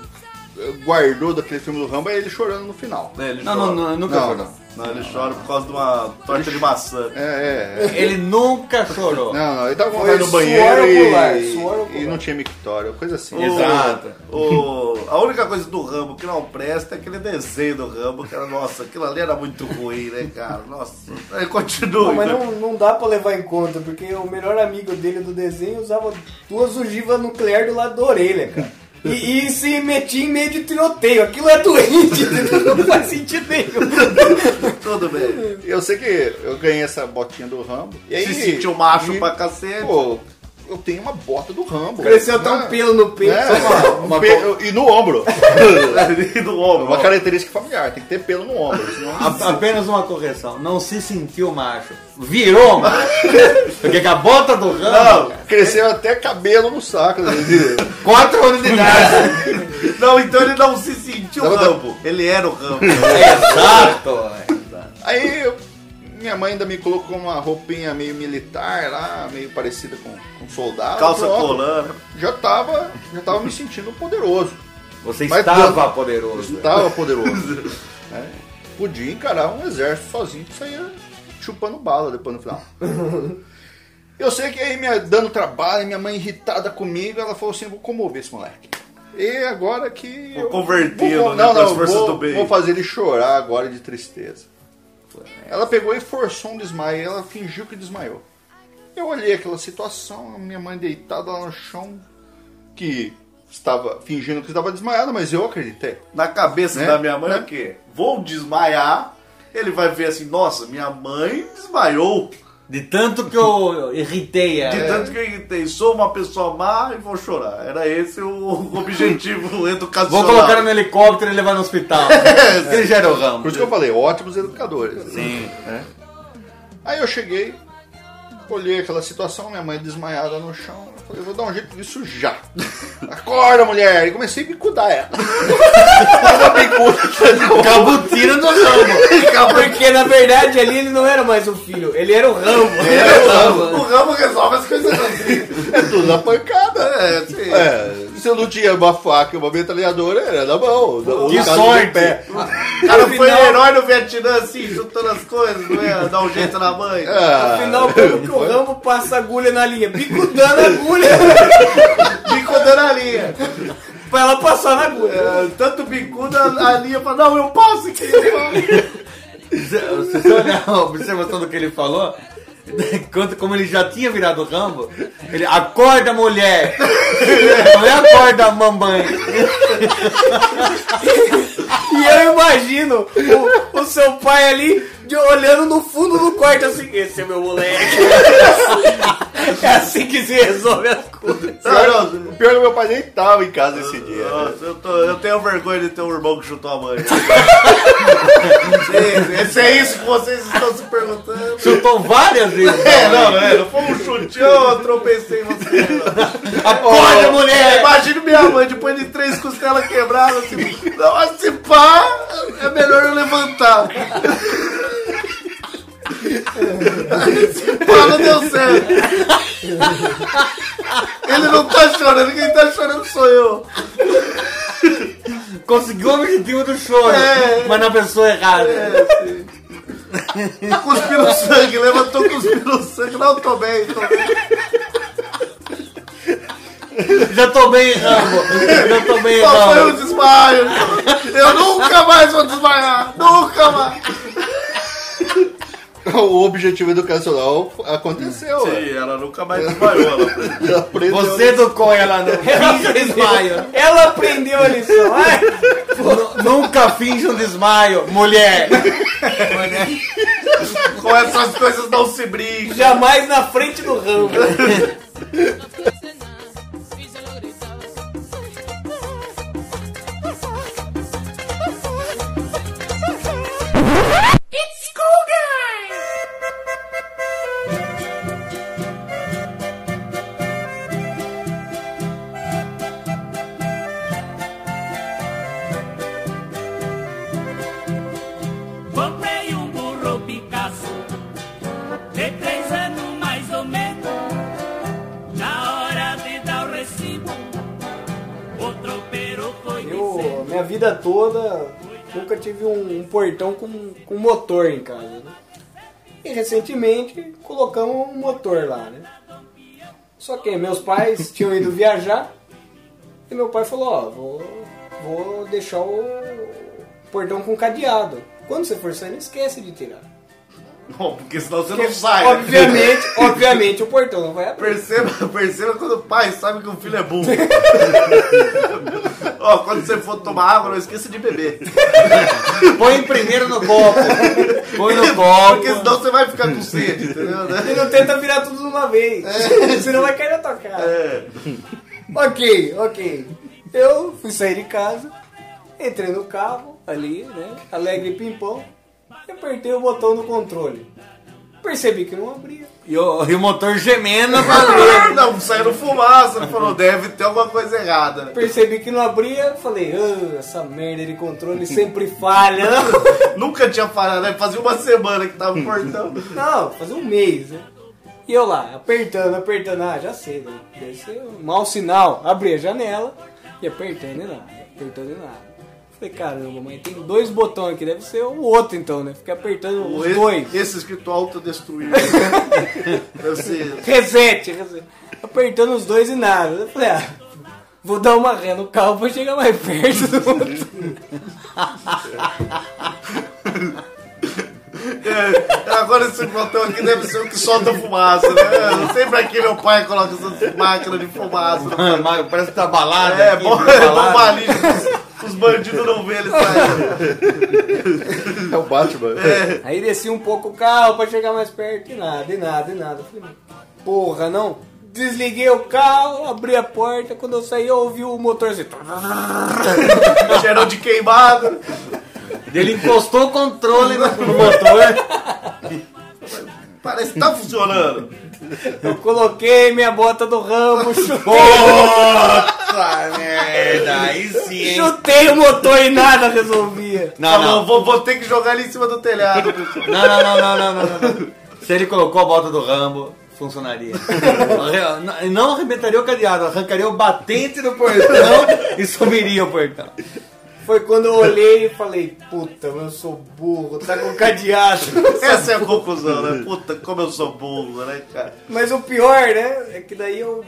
G: eh, guardou daquele filme do Rambo é ele chorando no final.
D: É,
E: Né, Ele
F: Não,
E: chora.
F: não, não, nunca
G: Não,
F: chorou.
G: não.
E: Não, ele chora por causa de uma torta de maçã.
G: É, é, é.
F: Ele nunca chorou.
G: Não, não, ele tava com
D: Foi
G: vontade no
D: suor
G: banheiro
D: ocular,
G: e,
D: suor
G: e
D: ocular.
G: não tinha mictório, coisa assim.
F: Exato.
E: O, a única coisa do Rambo que não presta é aquele desenho do Rambo, que era, nossa, aquilo ali era muito ruim, né, cara? Nossa, aí continua.
D: Não,
E: então,
D: mas não, não dá pra levar em conta, porque o melhor amigo dele do desenho usava duas ogivas nucleares do lado da orelha, cara. E, e se metia em meio de tiroteio. Aquilo é doente, <laughs> entendeu? não faz sentido nenhum.
E: Tudo bem.
G: Eu sei que eu ganhei essa botinha do Rambo. E aí,
E: Se
D: um
E: sentiu macho
G: e,
E: pra cacete.
G: Pô, eu tenho uma bota do Rambo.
D: Cresceu até um
G: Né?
D: pelo no peito.
G: É,
D: só uma-
G: um pelo- E no
D: <laughs>
G: ombro.
E: <laughs> Ali do ombro.
G: uma característica familiar, tem que ter pelo no ombro.
D: <laughs>
G: senão-
F: A- apenas uma correção. Não se sentiu macho. Virou macho. Porque com a bota do ramo, cara,
G: Cresceu até cabelo no saco. né?
F: quatro anos de idade.
E: Não, então ele não se sentiu
G: Não, não.
E: Rambo. Ele era o Rambo.
G: <laughs>
F: Exato.
G: Aí eu- minha mãe ainda me colocou uma roupinha meio militar lá, meio parecida com, com soldado.
E: Calça
G: Pronto,
E: colando.
G: Já tava, já tava me sentindo poderoso.
F: Você
G: Mas
F: estava
G: quando-
E: né?
F: poderoso.
G: Estava poderoso. <laughs> né? Podia encarar um exército sozinho que saía chupando bala depois
E: <laughs>
G: no final. Eu sei que aí minha, dando trabalho, minha mãe irritada comigo, ela falou assim, vou comover esse moleque. E agora que.
E: Vou
G: eu-
E: convertê-lo,
G: vou-
E: né,
G: Não,
E: pras
G: não,
E: forças
G: vou,
E: do bem.
G: vou fazer ele chorar agora de tristeza. Ela pegou e forçou um desmaio, ela fingiu que desmaiou. Eu olhei aquela situação, a minha mãe deitada lá no chão, que estava fingindo que estava desmaiada, mas eu acreditei.
E: Na cabeça
G: Né?
E: da minha mãe
G: Né?
E: é o quê? Vou desmaiar. Ele vai ver assim, nossa, minha mãe desmaiou.
F: De tanto que eu irritei ela.
E: De tanto que eu irritei, sou uma pessoa má e vou chorar. Era esse o <laughs> objetivo
F: Vou
E: educacional. É. <laughs>
F: colocar no helicóptero e levar no hospital. Ele já era o
G: Por
F: ramo.
G: isso que eu falei, ótimos educadores. Sim. Aí eu cheguei, olhei aquela situação, minha mãe desmaiada no chão. Eu falei, vou dar um jeito nisso
F: <laughs>
G: já. Acorda, mulher! E comecei a bicudar ela.
F: Cabutina do ramo.
D: Porque na verdade ali ele não era mais o filho, ele era o Rambo.
E: É, o Rambo- o Rambo resolve as coisas assim.
G: É tudo na pancada.
E: É, assim.
G: É, se eu não tinha uma faca e uma metralhadora, era na mão. ou no
F: Que
G: caso,
F: sorte.
G: no pé.
E: <laughs> O cara foi herói no Vietnã, assim, juntando as coisas, não é? Dar um jeito na mãe.
F: É.
G: Ah,
D: Afinal, como que o Rambo passa agulha na linha? Bicudando a
G: <laughs>
D: agulha
G: É.
E: Bicuda na linha.
D: pra ela passar Tá na agulha.
E: É, tanto bicuda a linha pra. Não, eu passo aqui.
F: Se você olhar a observação do que ele falou, <laughs> quanto, como ele já tinha virado o Rambo, ele
E: <laughs>
F: acorda mulher! Não é acorda mamãe!
D: E eu imagino o, o seu pai ali de de- olhando no fundo do quarto assim, esse é meu moleque. é assim que se resolve as coisas.
E: Não, não,
G: O pior é que meu pai nem tava em casa esse dia.
E: Nossa, eu, tô- eu tenho vergonha de ter um irmão que chutou a <laughs> mãe. Sim, Se é isso que vocês estão se perguntando.
F: Chutou várias
E: <laughs>
F: vezes.
E: É, não, É. não, é, não foi um chute, eu tropecei em você.
F: Acorda,
E: É,
F: mulher!
E: Imagina minha mãe, depois de três costelas quebradas, assim, nossa, se pá, é melhor eu levantar. Se pá, não deu certo. Ele não tá chorando, quem tá chorando sou eu.
F: Conseguiu o objetivo do choro,
E: É.
F: mas na pessoa errada.
E: Tá Cuspindo sangue, levantou cuspindo sangue. Não, tô bem, tô bem.
F: Já tô bem, Rambo. Já tô bem,
E: Só foi um
F: Rambo.
E: desmaio. Eu nunca mais vou desmaiar. Nunca mais.
F: Ah.
G: O objetivo educacional aconteceu. ué.
E: ela nunca mais desmaiou. Ela...
G: Ela aprendeu.
F: Você educou ela
D: <laughs>
F: no 15 desmaio.
D: Ela aprendeu a lição. é? Ai,
F: Nu- Nunca finge um desmaio, mulher.
E: Com essas coisas não se brinca.
D: jamais na frente do ramo.
I: It's school time!
J: Comprei um burro Picasso De três anos mais ou menos Na hora de dar o recibo O tropeiro foi dizer
D: Eu, minha vida toda, nunca tive um, um portão com, com motor em casa, né? E recentemente colocamos um motor lá, né? Só que meus pais tinham ido viajar e meu pai falou, ó, vou, vou deixar o portão com cadeado. Quando você for sair, não esquece de tirar.
E: Bom, porque senão você não sai.
D: Obviamente, obviamente o portão não vai abrir.
E: Perceba, perceba quando o pai sabe que o filho é burro. Ó, quando você for tomar água, não esqueça de beber.
F: Põe primeiro no copo. Põe no copo.
E: Porque senão você vai ficar com sede, entendeu? né?
D: E não tenta virar tudo de uma vez, <laughs> senão vai cair na tua cara.
E: É.
D: Ok, ok. Eu fui sair de casa, entrei no carro ali, né? Alegre pimpão, e apertei o botão do controle. Percebi que não abria.
F: E o, e o motor gemendo.
E: Não, saiu fumaça, ele falou, deve ter alguma coisa errada. né?
D: Percebi que não abria, falei, "Ah, essa merda de controle sempre falha.
E: Nunca tinha falhado, né? Fazia uma semana que tava no portão.
D: <laughs> Não, faz um mês, né? E eu lá, apertando, apertando, ah, já sei, né? Deve ser um mau sinal. Abri a janela e apertando e nada, apertando e nada. Falei, caramba, mas tem dois botões aqui, deve ser o outro então, né? Fiquei apertando os
E: Esse-
D: dois.
E: Esse escrito autodestruído. <laughs> Deve ser.
D: Reset, reset. Apertando os dois e nada. Eu falei, ah, vou dar uma ré no carro pra chegar mais perto do outro.
E: É, agora esse botão aqui deve ser o que solta fumaça, né? Sempre aqui meu pai coloca essas máquinas de
F: <laughs>
E: fumaça.
F: Mas Parece que tá balada.
E: É,
F: aqui,
E: bom,
F: tá
E: é
F: balada.
E: bom ali, os, os bandidos não vê ele saindo.
G: É o Batman.
D: Aí desci um pouco o carro pra chegar mais perto e nada, e nada, e nada. Eu Falei, porra, não. Desliguei o carro, abri a porta, quando eu saí eu ouvi o motor assim.
E: Cheirão de queimado.
F: Ele encostou o controle
D: <laughs>
F: no, no motor.
E: Parece que tá funcionando.
D: Eu coloquei minha bota do ramo, chutei,
F: Puta merda, aí sim,
D: chutei o motor e nada resolvia.
F: Não,
E: Falou,
F: não.
E: Vou, vou ter que jogar ele em cima do telhado. pessoal.
F: Não, não, não, não, não, não, não, não. Se ele colocou a bota do Rambo, funcionaria. Não- Não arrebentaria o cadeado, arrancaria o batente do portão e sumiria o portão.
D: Foi quando eu olhei e falei, puta, mas eu sou burro, tá com cadeado.
E: Essa é a conclusão, né? Puta, como eu sou burro, né, cara?
D: Mas o pior, né? É que daí eu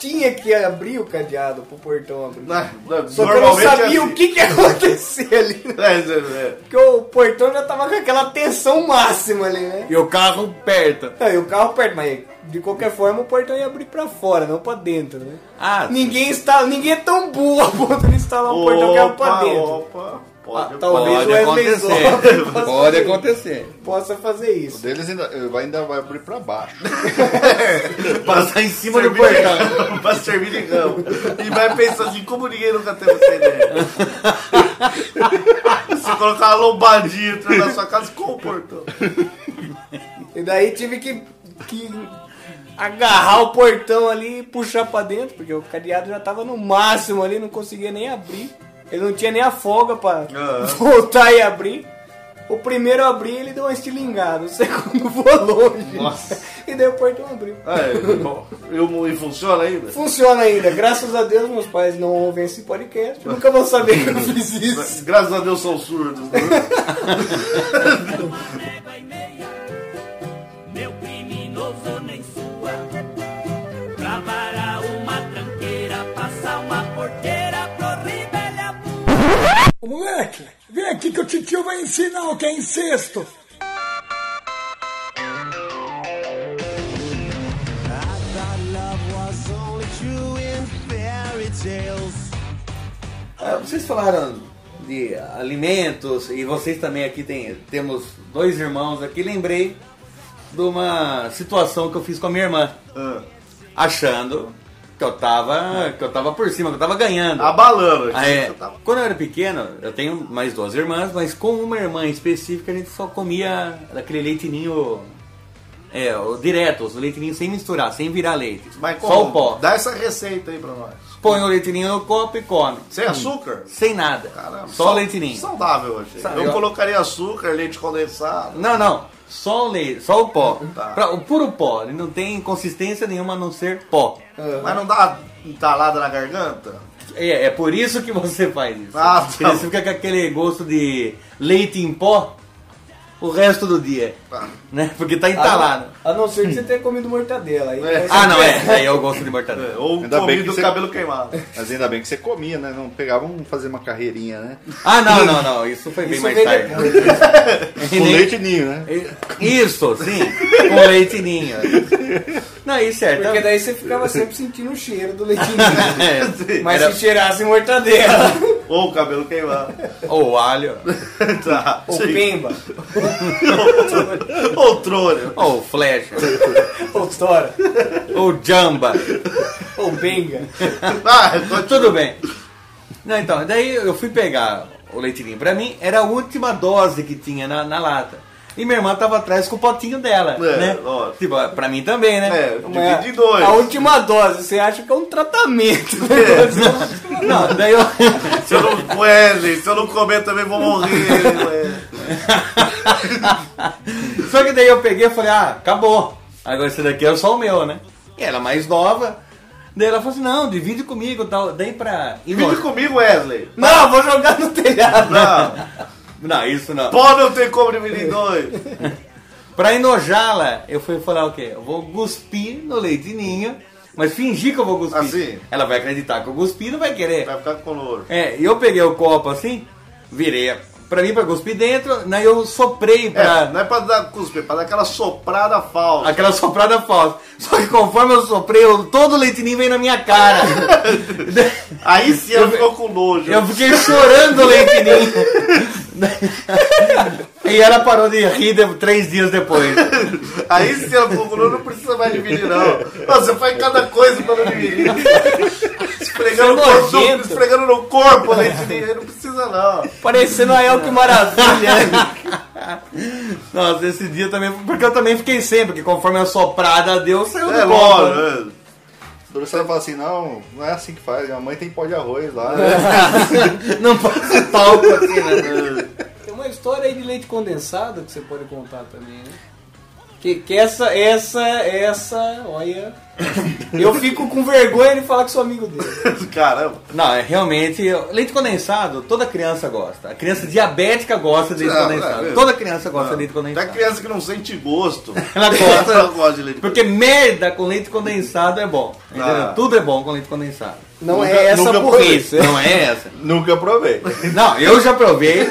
D: tinha que abrir o cadeado pro portão abrir.
E: Na- na-
D: Só que eu não
E: normalmente é
D: sabia
E: assim.
D: o que que ia acontecer <laughs> ali. né?
E: É, é, é.
D: Porque o portão já tava com aquela tensão máxima ali, né?
F: E o carro perto.
D: Não, e o carro perto, mas de qualquer forma o portão ia abrir pra fora, não pra dentro, né?
F: Ah,
D: um Ninguém está, ninguém é tão burro a ponto de instalar um portão que abre é pra dentro.
E: opa.
F: Ah,
E: Pode,
D: Talvez
F: Pode
D: o Wesley
F: acontecer.
D: Safra possa
F: Pode
D: fazer-
F: acontecer.
D: possa fazer
G: O
D: isso.
G: deles ainda, ainda vai abrir pra baixo.
F: Passar em cima do
E: servir de
F: portão.
E: <laughs> campo, pra servir de campo. E vai pensar assim, como ninguém nunca teve essa ideia. <laughs> Você colocar uma lombadinha entrando na sua casa com o portão.
D: E daí tive que, que agarrar o portão ali e puxar pra dentro, porque o cadeado já tava no máximo ali, não conseguia nem abrir. Ele não tinha nem a folga pra
E: Ah.
D: <laughs> voltar e abrir. O primeiro eu abri, ele deu uma estilingada. O segundo <laughs> voou longe.
E: Nossa.
D: E daí o portão abriu.
E: Ah, é, bom. E o- e funciona ainda?
D: Funciona ainda. Graças a Deus, meus pais não ouvem esse podcast. Nunca vão saber que eu fiz isso.
E: Graças a Deus são surdos. né?
J: uma régua e meia. Meu criminoso nem sua. Pra varar uma tranqueira, passar uma porteira pro Ribeirão.
B: Ô, moleque, vem aqui que o titio vai ensinar o que é incesto.
F: Ah, Vocês falaram de alimentos e vocês também aqui tem, temos dois irmãos aqui. Lembrei de uma situação que eu fiz com a minha irmã,
E: Ah,
F: achando que eu tava, que eu tava por cima, que eu tava ganhando.
E: A balana.
F: Ah, é.
E: tá Você tá-
F: Quando eu era pequeno, eu tenho mais duas irmãs, mas com uma irmã em específica a gente só comia aquele leitinho é, o direto, o leitinho sem misturar, sem virar leite.
E: Mas
F: só
E: como?
F: o pó.
E: Dá essa receita aí pra nós.
F: Põe o leitinho no copo e come.
E: Sem açúcar?
F: Sem nada.
E: Caramba.
F: Hum. só o leitinho.
E: Saudável, achei.
F: Sabe,
E: eu
F: ó.
E: colocaria açúcar, leite condensado.
F: Não, não. Só o leite, só o pó.
E: Tá.
F: Pra- o puro pó. Ele não tem consistência nenhuma a não ser pó.
E: Mas não dá entalada na garganta?
F: É, é por isso que você faz isso.
E: Ah, tá.
F: Porque Você fica com aquele gosto de leite em pó o resto do dia.
E: Tá.
F: Né? Porque tá entalado.
D: A não ser que você tenha comido mortadela. Aí
E: É.
F: Ah, não, é. Aí eu gosto de mortadela.
E: É, ou
G: Ainda bem
E: comido
G: que você-
E: cabelo queimado.
G: Mas ainda bem que você comia, né? Não pegava um fazer uma carreirinha, né?
F: Ah, não, não, não. Isso foi bem
D: Isso
F: mais
D: veio
F: tarde. <laughs>
G: Com leite ninho, né?
F: Isso, sim. Com leite ninho. Não, isso
D: <laughs>
F: certo.
D: Porque daí você ficava sempre sentindo o cheiro do
F: <laughs>
D: leitinho.
F: É.
D: Mas
F: Era-
D: se cheirasse um mortadela,
F: <laughs>
E: Ou cabelo queimado. <laughs>
F: Ou alho.
E: tá.
D: ou
E: sim.
F: <laughs>
D: pimba,
E: Ou trolho.
F: Ou flecha.
D: ou tora,
F: Ou jamba.
D: ou benga.
E: Ah, continua.
F: Tudo bem. Não, então, daí eu fui pegar o leitinho pra mim, era a última dose que tinha na, na lata. E minha irmã tava atrás com o potinho dela,
E: É,
F: né?
E: lógico.
F: Tipo, pra mim também, né?
E: É,
D: Mas
E: divide em dois. É.
D: A última dose, você acha que é um tratamento. né?
F: Não, daí eu... <laughs>
E: Se eu não Wesley, se eu não comer também vou morrer, Wesley.
F: Só que daí eu peguei e falei, ah, acabou. Agora esse daqui é só o meu, né? E ela mais nova. Daí ela falou assim, não, divide comigo e tal. Daí pra...
E: Divide comigo, Wesley.
D: Não, vou jogar no telhado.
E: Não,
F: <laughs> Não, isso não.
E: pó não tem como dividir em dois.
F: Pra enojá-la, eu fui falar o quê? Eu vou cuspir no leite de ninho, mas fingir que eu vou cuspir.
E: Assim?
F: Ela vai acreditar que eu cuspi e não vai querer.
E: Vai ficar com louro.
F: É, e eu peguei o copo assim, virei pra mim pra cuspir dentro, daí eu soprei
E: É,
F: pra.
E: não é pra dar cuspe, é pra dar aquela soprada falsa.
F: Aquela soprada falsa. Só que conforme eu soprei, eu- todo o leite ninho veio na minha cara.
E: Aí sim ela
F: Eu-
E: ficou com nojo.
F: eu fiquei chorando o leite ninho. e ela parou de rir de- três dias depois.
E: Aí sim ela ficou com nojo, não precisa mais dividir, não. Você faz cada coisa pra não dividir. Esfregando,
D: Isso é
E: no corpo,
D: nojento.
E: esfregando no corpo, leite de aí não precisa, não.
D: Parecendo a El que maravilha. né?
F: <laughs> Nossa, esse dia também. Porque eu também fiquei sem, porque conforme a soprada deu, saiu
E: É,
F: do copo. né?
E: lógico. é.
G: O professor fala assim, não, não é assim que faz. Minha mãe tem pó de arroz lá. né?
F: Não pode ser talco
E: <laughs>
F: assim, né?
D: Tem uma história aí de leite condensado que você pode contar também, né? Que, que essa, essa, essa, olha. Eu fico com vergonha de falar que sou amigo dele.
E: <laughs> Caramba.
F: Não, é realmente. Leite condensado, toda criança gosta. A criança diabética gosta de leite
E: Ah,
F: condensado.
E: é, é.
F: toda criança gosta de leite
E: Da
F: condensado.
E: criança que não sente gosto.
F: Ela gosta.
E: Ela gosta de leite
F: Porque merda com leite condensado é bom. entendeu?
E: Ah.
F: Tudo é bom com leite condensado.
D: Não
G: Nunca-
D: é essa
G: nunca
D: burrice.
F: Não é essa.
G: Nunca provei.
F: Não, eu
E: <laughs>
F: já provei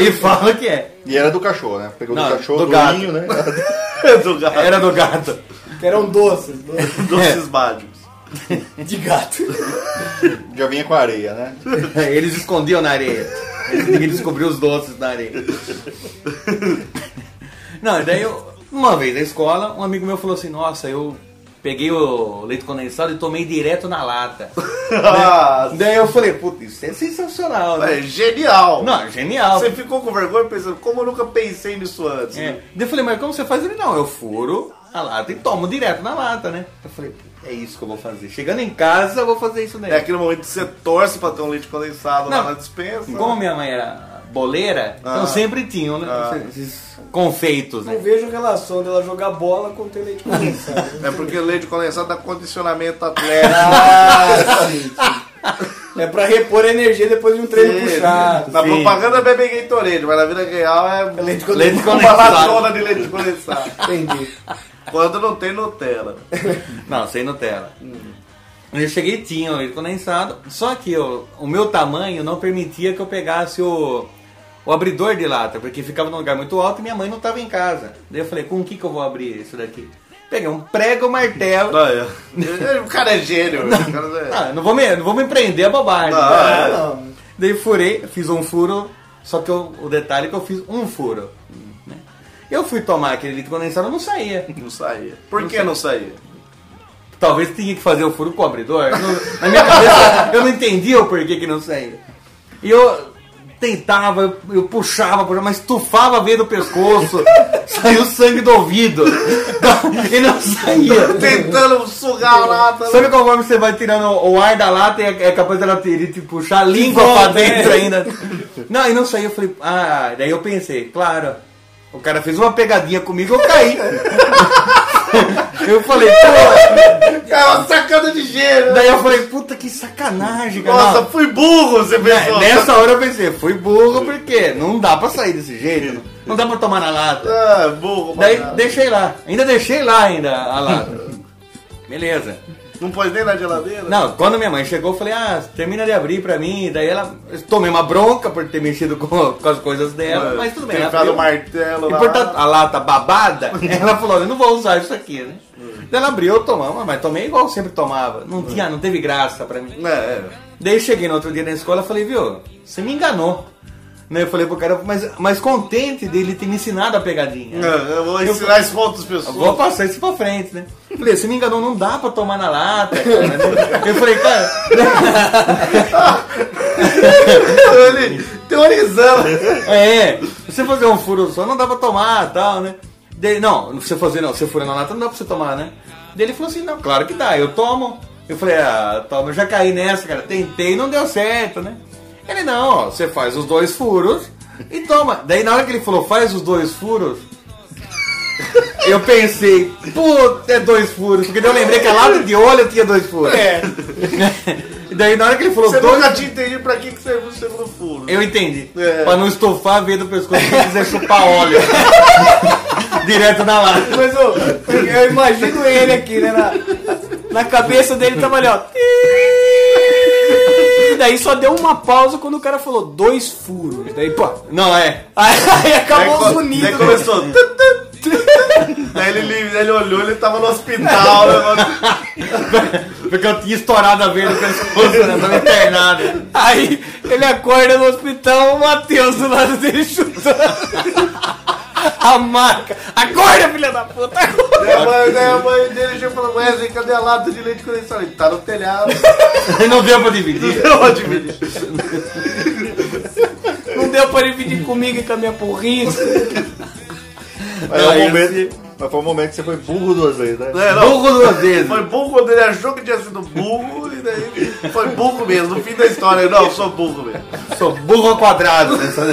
F: e falo que é.
G: E era do cachorro, né? Pegou
F: Não,
G: do cachorro,
F: do
G: do,
F: gato.
G: ninho, né?
E: <laughs> do gato.
F: Era do gato.
D: Que eram doces, doces
E: Doces mágicos.
D: de gato.
F: <laughs>
G: Já vinha com areia, né?
F: Eles É, escondiam na areia. Ninguém descobriu os doces da areia. Não, e daí eu, uma vez na escola, um amigo meu falou assim, nossa, eu peguei o leite condensado e tomei direto na lata.
E: <laughs> Ah,
F: daí eu falei, puta, isso é sensacional,
E: é
F: né?
E: genial.
F: Não, genial.
E: Você ficou com vergonha pensando, como eu nunca pensei nisso antes?
F: É. Daí eu falei, mas como você faz? Ele, não, eu furo a lata e tomo direto na lata, né? Eu falei, é isso que eu vou fazer. Chegando em casa, eu vou fazer isso daí.
E: É aquele momento que você torce pra ter um leite condensado lá
F: Não.
E: na dispensa. né? Ah.
F: Como minha mãe era boleira, então sempre tinham né, esses confeitos,
D: Não
F: né?
D: vejo relação dela jogar bola com ter leite condensado.
E: É porque leite condensado dá condicionamento
D: <laughs>
E: atlético. Ah,
D: é pra repor energia depois de um treino puxado.
E: Na
F: Sim.
E: propaganda bebe Gatorade, mas na vida real é
D: Leite
F: Leite
E: uma
F: condensado.
E: latona de leite condensado.
D: Entendi.
E: Quando não tem Nutella.
F: Não, sem Nutella.
E: Hum.
F: Eu cheguei e tinha o leite condensado, só que eu- o meu tamanho não permitia que eu pegasse o, o abridor de lata, porque ficava num lugar muito alto e minha mãe não estava em casa. Daí eu falei, com o que, que eu vou abrir isso daqui? Peguei um prego, um martelo.
E: Não, é. O cara é gênio. o cara
F: Ah, não vou me, não vou me prender a bobagem.
E: Não,
F: né?
E: é.
D: Não,
F: Daí furei, fiz um furo, só que eu- o detalhe é que eu fiz um furo. né? Eu fui tomar aquele leite condensado, eu não saía.
E: Não saía. Por que não saía?
F: Talvez tinha que fazer o furo com o abridor. No- na minha cabeça, eu não entendia o porquê que não saía. E eu tentava, eu, eu puxava, puxava, mas estufava a veia do pescoço, <laughs> saiu sangue do ouvido. <laughs> e não saía.
E: Tentando sugar a lata.
F: Sabe conforme você vai tirando o ar da lata e é é capaz dela te, de te puxar a língua pra dentro ainda? Não, e não saiu. Eu falei, ah, daí eu pensei, claro, o cara fez uma pegadinha comigo, eu caí. eu falei, pô.
E: É uma sacada de gênio.
F: Daí eu falei, puta que sacanagem, cara.
E: Nossa, fui burro, você
F: Não,
E: pensou.
F: Nessa hora eu pensei, fui burro porque não dá pra sair desse jeito. Não dá pra tomar na lata.
E: Ah, burro,
F: Daí
E: banana.
F: deixei lá. Ainda deixei lá ainda a lata. Beleza.
E: Não pôs nem na geladeira?
F: Não, quando minha mãe chegou, eu falei, ah, termina de abrir pra mim. Daí ela. eu Tomei uma bronca por ter mexido com, com as coisas dela, mas tudo bem.
E: É,
F: né?
E: Tem
F: ela
E: enfiado o
F: abriu.
E: martelo
F: E
E: lá.
F: por tá a lata
E: <laughs>
F: babada, ela falou, eu não vou usar isso aqui, né?
E: Hum.
F: Daí ela abriu, eu tomava, mas tomei igual eu sempre tomava. Não tinha, não teve graça pra mim.
E: É,
F: Daí cheguei no outro dia na escola e falei, viu, você me enganou. Né, eu falei pro cara, mas, mas contente dele ter me ensinado a pegadinha.
E: é. Eu vou ensinar isso pra outras pessoas.
F: Vou passar isso pra frente, né? Falei, você me enganou, não dá pra tomar na lata. Cara, né?
E: <laughs>
F: Eu falei, cara,
E: Ele teorizando.
F: é, você fazer um furo só não dá pra tomar tal, né? Daí, não, você fazer não, você fura na lata não dá pra você tomar, né? Daí ele falou assim, não, claro que dá, eu tomo. Eu falei, ah, toma, eu já caí nessa, cara, tentei e não deu certo, né? Ele, não, ó, você faz os dois furos e toma. Daí na hora que ele falou, faz os dois furos, <laughs> eu pensei, puta, é dois furos, porque daí eu lembrei que a lata de olho tinha dois furos. É. <laughs> E daí na hora que ele falou
E: Você
F: dois
E: nunca tinha entendido pra que, que serve o segundo furo.
F: eu entendi.
E: É.
F: Pra não estufar a veia do pescoço se quiser chupar
D: <laughs>
F: óleo. Direto na lata.
D: Mas ô, eu imagino ele aqui, né? Na, na cabeça dele tava ali, ó. Tiii. Daí só deu uma pausa quando o cara falou dois furos. Daí, pô.
F: Não, é. né?
D: Aí
E: Daí
D: acabou né?
E: co-
D: os unidos.
E: Daí começou. tu, tu, tu. Daí ele, li- ele olhou, ele tava no hospital. né?
F: Porque eu tinha estourado a veia do pescoço, né? Eu tava internado.
D: Aí ele acorda no hospital, o Matheus do lado dele chutando. <laughs> A marca. Acorda, filha da puta! acorda.
E: Daí a mãe- Daí a mãe dele já falou: Wesley, cadê a lata de leite condensado? Ele tá no
F: <laughs>
E: telhado.
F: E <laughs> não deu pra dividir.
E: Eu admiro.
D: Não deu pra dividir comigo e com a minha porrinha.
G: Mas, é um momento, mas foi um momento que você foi burro duas vezes, né?
E: É, não.
F: Burro duas vezes.
E: Foi burro quando ele achou que tinha sido burro, e daí ele foi burro mesmo. No fim da história, ele, não, eu sou burro mesmo.
F: Sou burro ao quadrado nessa,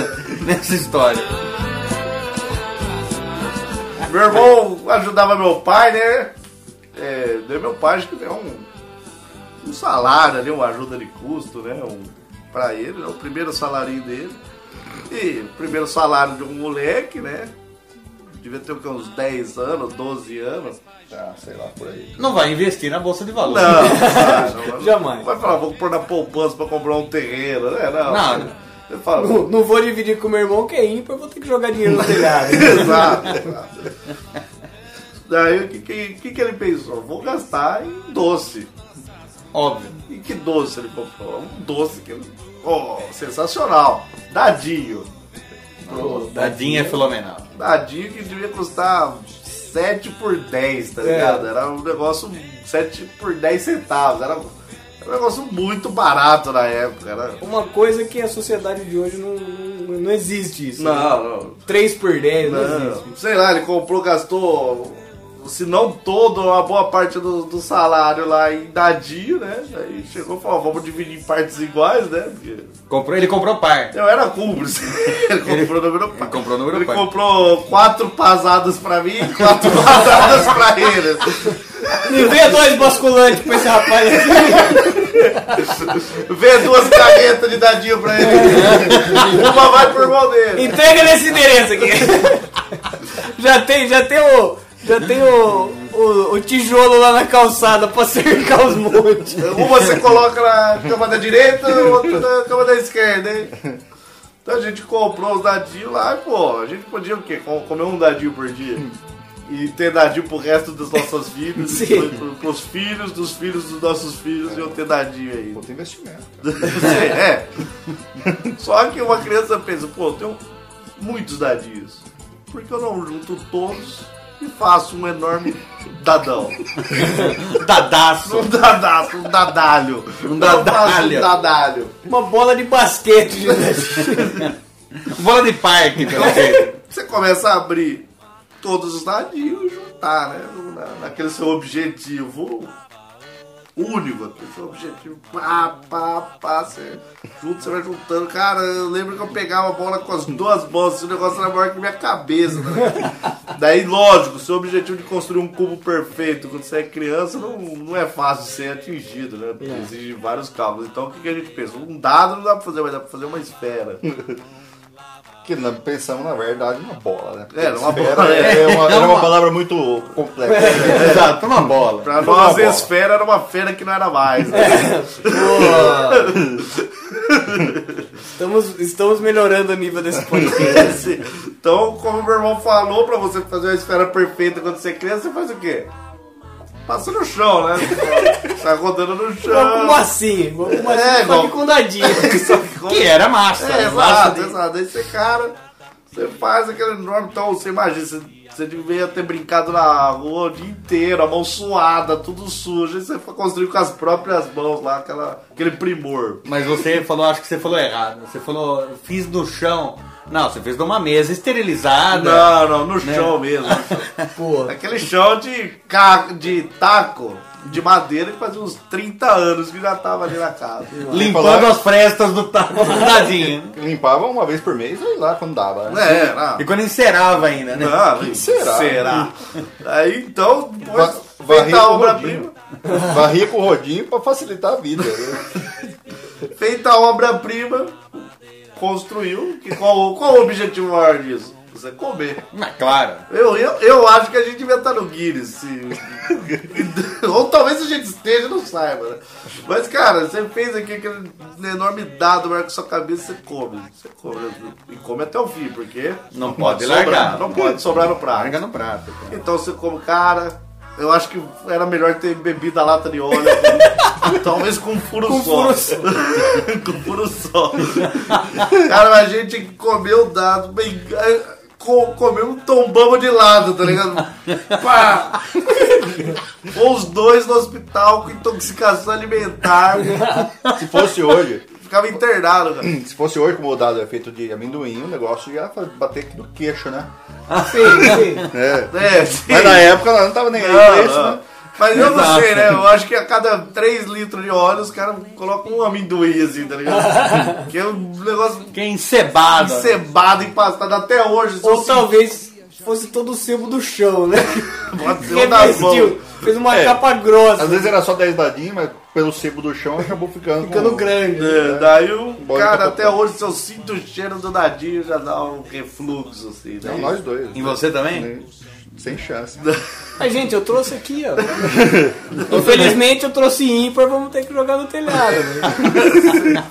F: nessa história.
E: Meu irmão ajudava meu pai, né? É, daí meu pai acho que deu um, um salário ali, uma ajuda de custo, né? Um, pra ele, né? o primeiro salário dele. E o primeiro salário de um moleque, né? Devia ter o quê? uns 10 anos, 12 anos.
G: Ah, sei lá, por aí.
F: Não vai investir na bolsa de valores.
E: Não, não, não.
D: Jamais.
E: Vai falar, vou pôr na poupança pra comprar um terreno, né? Não.
F: Não.
E: Você fala,
D: Não, não vou dividir com meu irmão que é ímpar, vou ter que jogar dinheiro no telhado.
E: <laughs> Exato. exato. Daí o que, que, que, que ele pensou? Vou gastar em doce.
F: Óbvio.
E: E que doce ele comprou? Um doce que. Oh, sensacional! Dadinho.
F: Dadinha é fenomenal.
E: Dadinho que devia custar 7 por 10, tá ligado? Era um negócio 7 por 10 centavos. Era, era um negócio muito barato na época. Era...
D: Uma coisa que a sociedade de hoje não, não, não existe isso. né?
E: Não, não.
D: 3 por 10 não, existe.
E: Não, sei lá, ele comprou, gastou, se não todo, uma boa parte do, do salário lá em dadinho, né? Aí chegou e falou, vamos dividir em partes iguais, né? Porque
F: Comprou, ele comprou par.
E: eu era cúmplice. Ele comprou o número par.
F: comprou o número
E: Ele
F: par.
E: comprou quatro pasadas pra mim e quatro <laughs> pasadas pra ele.
D: Me vê dois basculantes pra esse rapaz
F: <laughs>
D: aqui.
E: Vê duas canetas de dadinho pra ele. Uma vai pro irmão dele.
D: Entrega nesse endereço aqui. <laughs> Já tem, já tem o. Já tem o, o, o tijolo lá na calçada pra cercar os montes.
E: Uma você coloca na cama da direita, outra na cama da esquerda, hein? Então a gente comprou os dadinhos lá, e, pô, a gente podia o quê? Com- Comer um dadinho por dia. E ter dadinho pro resto das nossas vidas,
D: Sim.
E: pro, pros filhos dos filhos dos nossos filhos, e eu ter dadinho aí.
G: Outro investimento.
E: é. Só que uma criança pensa, pô, eu tenho muitos dadinhos. Por que eu não junto todos e faço um enorme dadão?
F: Dadaço.
E: Um dadaço, um dadalho.
F: Um
E: Eu faço
F: dadalho.
E: Um dadalho.
D: Uma bola de basquete, gente.
F: <laughs>
D: É,
F: Bola de parque, pelo jeito.
E: Você começa a abrir todos os dadinhos e juntar, né? Na- naquele seu objetivo único, aquele seu objetivo. Pá, pá, pá. Você junta, você vai juntando. Cara, eu lembro que eu pegava a bola com as duas mãos, esse negócio era maior que minha cabeça.
G: <laughs>
E: Né? Daí, lógico, seu objetivo de construir um cubo perfeito quando você é criança não, não é fácil de ser atingido, né?
G: É.
E: Porque Exige vários cálculos. Então, o que, que a gente pensa? Um dado não dá pra fazer, mas dá pra fazer uma
G: <laughs>
E: esfera.
G: Que nós pensamos, na verdade, numa bola, né?
E: É, numa
G: Esfera
E: bola,
G: É, é uma, era uma palavra muito complexa. né?
F: Exato, uma bola.
E: Pra
G: Foi uma
E: nós,
G: bola.
E: esfera era uma fera que não era mais. né?
D: Estamos, estamos melhorando o nível desse podcast.
E: Esse- Então, como meu irmão falou, pra você fazer uma esfera perfeita quando você é criança, você faz o quê? Passa no chão, né? Sai rodando no
D: Vamos com
E: chão.
D: massinha. Vamos com massinha,
E: É,
D: só que
E: igual-
D: com
F: <laughs>
D: dadinho. né?
E: Só que com-
F: Que era massa.
E: É,
F: era
E: exato,
F: massa de-
E: exato. Aí você, cara, você faz aquele enorme. Então, você imagina, você, você devia ter brincado na rua o dia inteiro, a mão suada, tudo sujo. Aí você construiu com as próprias mãos lá, aquela, aquele primor.
F: Mas você falou, acho que você falou errado. Você falou, fiz no chão. Não, você fez numa mesa esterilizada.
E: Não, não, no chão mesmo.
D: Pô.
E: Aquele chão de, ca... de taco, de madeira, que fazia uns 30 anos que já tava ali na casa.
F: Limpando as frestas do taco do dadinho.
G: Limpava uma vez por mês, sei lá quando dava. né?
E: É,
G: <laughs>
E: não.
F: E quando encerava ainda, né?
E: Não, e
G: será?
E: Será? Aí então,
G: Va-
E: depois
G: varria
E: feita a
G: com o
E: obra-prima.
G: rodinho. Varria com o rodinho pra facilitar a vida. né?
E: Feita a obra-prima, construiu. Que qual, qual o objetivo maior disso? Você comer.
F: Mas claro.
E: Eu, eu, eu acho que a gente devia estar no Guinness.
F: <laughs>
E: se- Ou talvez a gente esteja e não saiba, né? Mas, cara, você fez aqui aquele enorme dado maior que sua cabeça, você come. Você come. E come até o fim, porque.
F: Não pode
E: sobrar,
F: largar.
E: Não pode sobrar no prato.
F: Larga no prato. cara.
E: Então você come, cara. Eu acho que era melhor ter bebido a lata de óleo. talvez com um furo só. <laughs> com furo só. Cara, mas a gente comeu dado bem. é, co- Comeu um tombamos de lado, tá ligado? Pá! Ou os dois no hospital com intoxicação alimentar.
G: Se fosse hoje,
E: Ficava internado, cara.
G: se fosse hoje como o dado é feito de amendoim, o negócio ia fa- bater aqui no queixo, né?
D: Sim, sim.
G: É.
E: É, sim.
G: Mas na época nós não tava nem aí pra
E: Não,
G: isso,
E: não.
G: né?
E: Mas eu não
F: Exato.
E: sei, né? Eu acho que a cada 3 litros de óleo os caras colocam um amendoim assim, tá
G: <laughs>
E: ligado? que é um negócio
F: Que é encebado.
G: né?
E: cebado, empastado até hoje. se
D: Ou
E: você-
D: talvez fosse todo o sebo do chão, né?
E: Pode ser um das mãos.
D: Revestiu. Fez uma
G: É.
D: capa grossa,
G: Às vezes era só 10 dadinhos, mas pelo sebo do chão acabou ficando.
D: ficando
G: com-
D: grande.
E: É, daí o
G: Bom,
E: cara,
G: então,
E: até hoje, se eu sinto o cheiro do dadinho, já dá um refluxo, assim, né?
G: Não, nós dois.
F: Em você também?
G: Sem chance.
D: Mas, gente, eu trouxe aqui, ó. Infelizmente eu trouxe ímpar, vamos ter que jogar no telhado. né?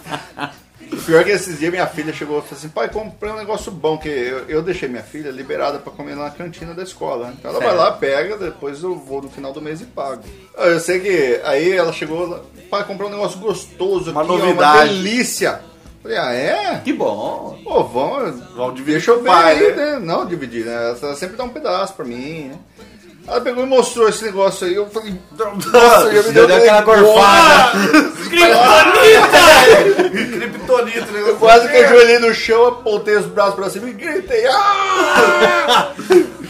G: Pior é que esses dias minha filha chegou e falou assim: pai, comprei um negócio bom, que eu, eu deixei minha filha liberada pra comer na cantina da escola. né? Então ela vai
F: Certo.
G: lá, pega, depois eu vou no final do mês e pago. Ah, Eu sei que aí ela chegou, lá, pai, comprei um negócio gostoso
E: Uma
G: aqui, ó, uma
E: novidade.
G: delícia. Falei, ah, é?
F: Que bom.
G: Pô, vamos,
E: Vamos dividir
G: deixa eu
E: com o
G: ver
E: pai,
G: aí,
E: né?
G: né? Não dividir, né? Ela sempre dá um pedaço pra mim, né? Ela pegou e mostrou esse negócio aí, eu falei, nossa, já me
F: Deu
G: deu
F: aquela
E: um
G: negócio.
F: gorfada.
E: Kryptonita, né?
G: Eu quase que ajoelhei no chão, apontei os braços pra cima e gritei, ah!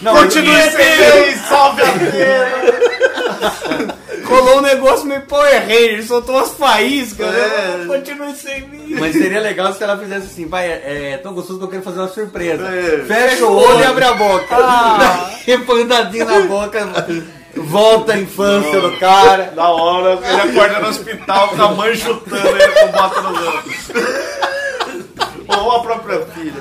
F: Não,
E: Continue
F: mas-
E: sem salve a terra!
D: Colou um negócio meio Power Ranger, soltou umas faíscas,
E: É.
D: né? Continue sem mim.
F: Mas seria legal se ela fizesse assim, vai, é, é tão gostoso que eu quero fazer uma surpresa.
E: É.
F: Fecha o olho e abre a boca. <laughs> E põe um dadinho na boca, volta a infância do cara.
E: Da hora, ele acorda no hospital com a mãe chutando ele com bota no lance. Ou a própria filha.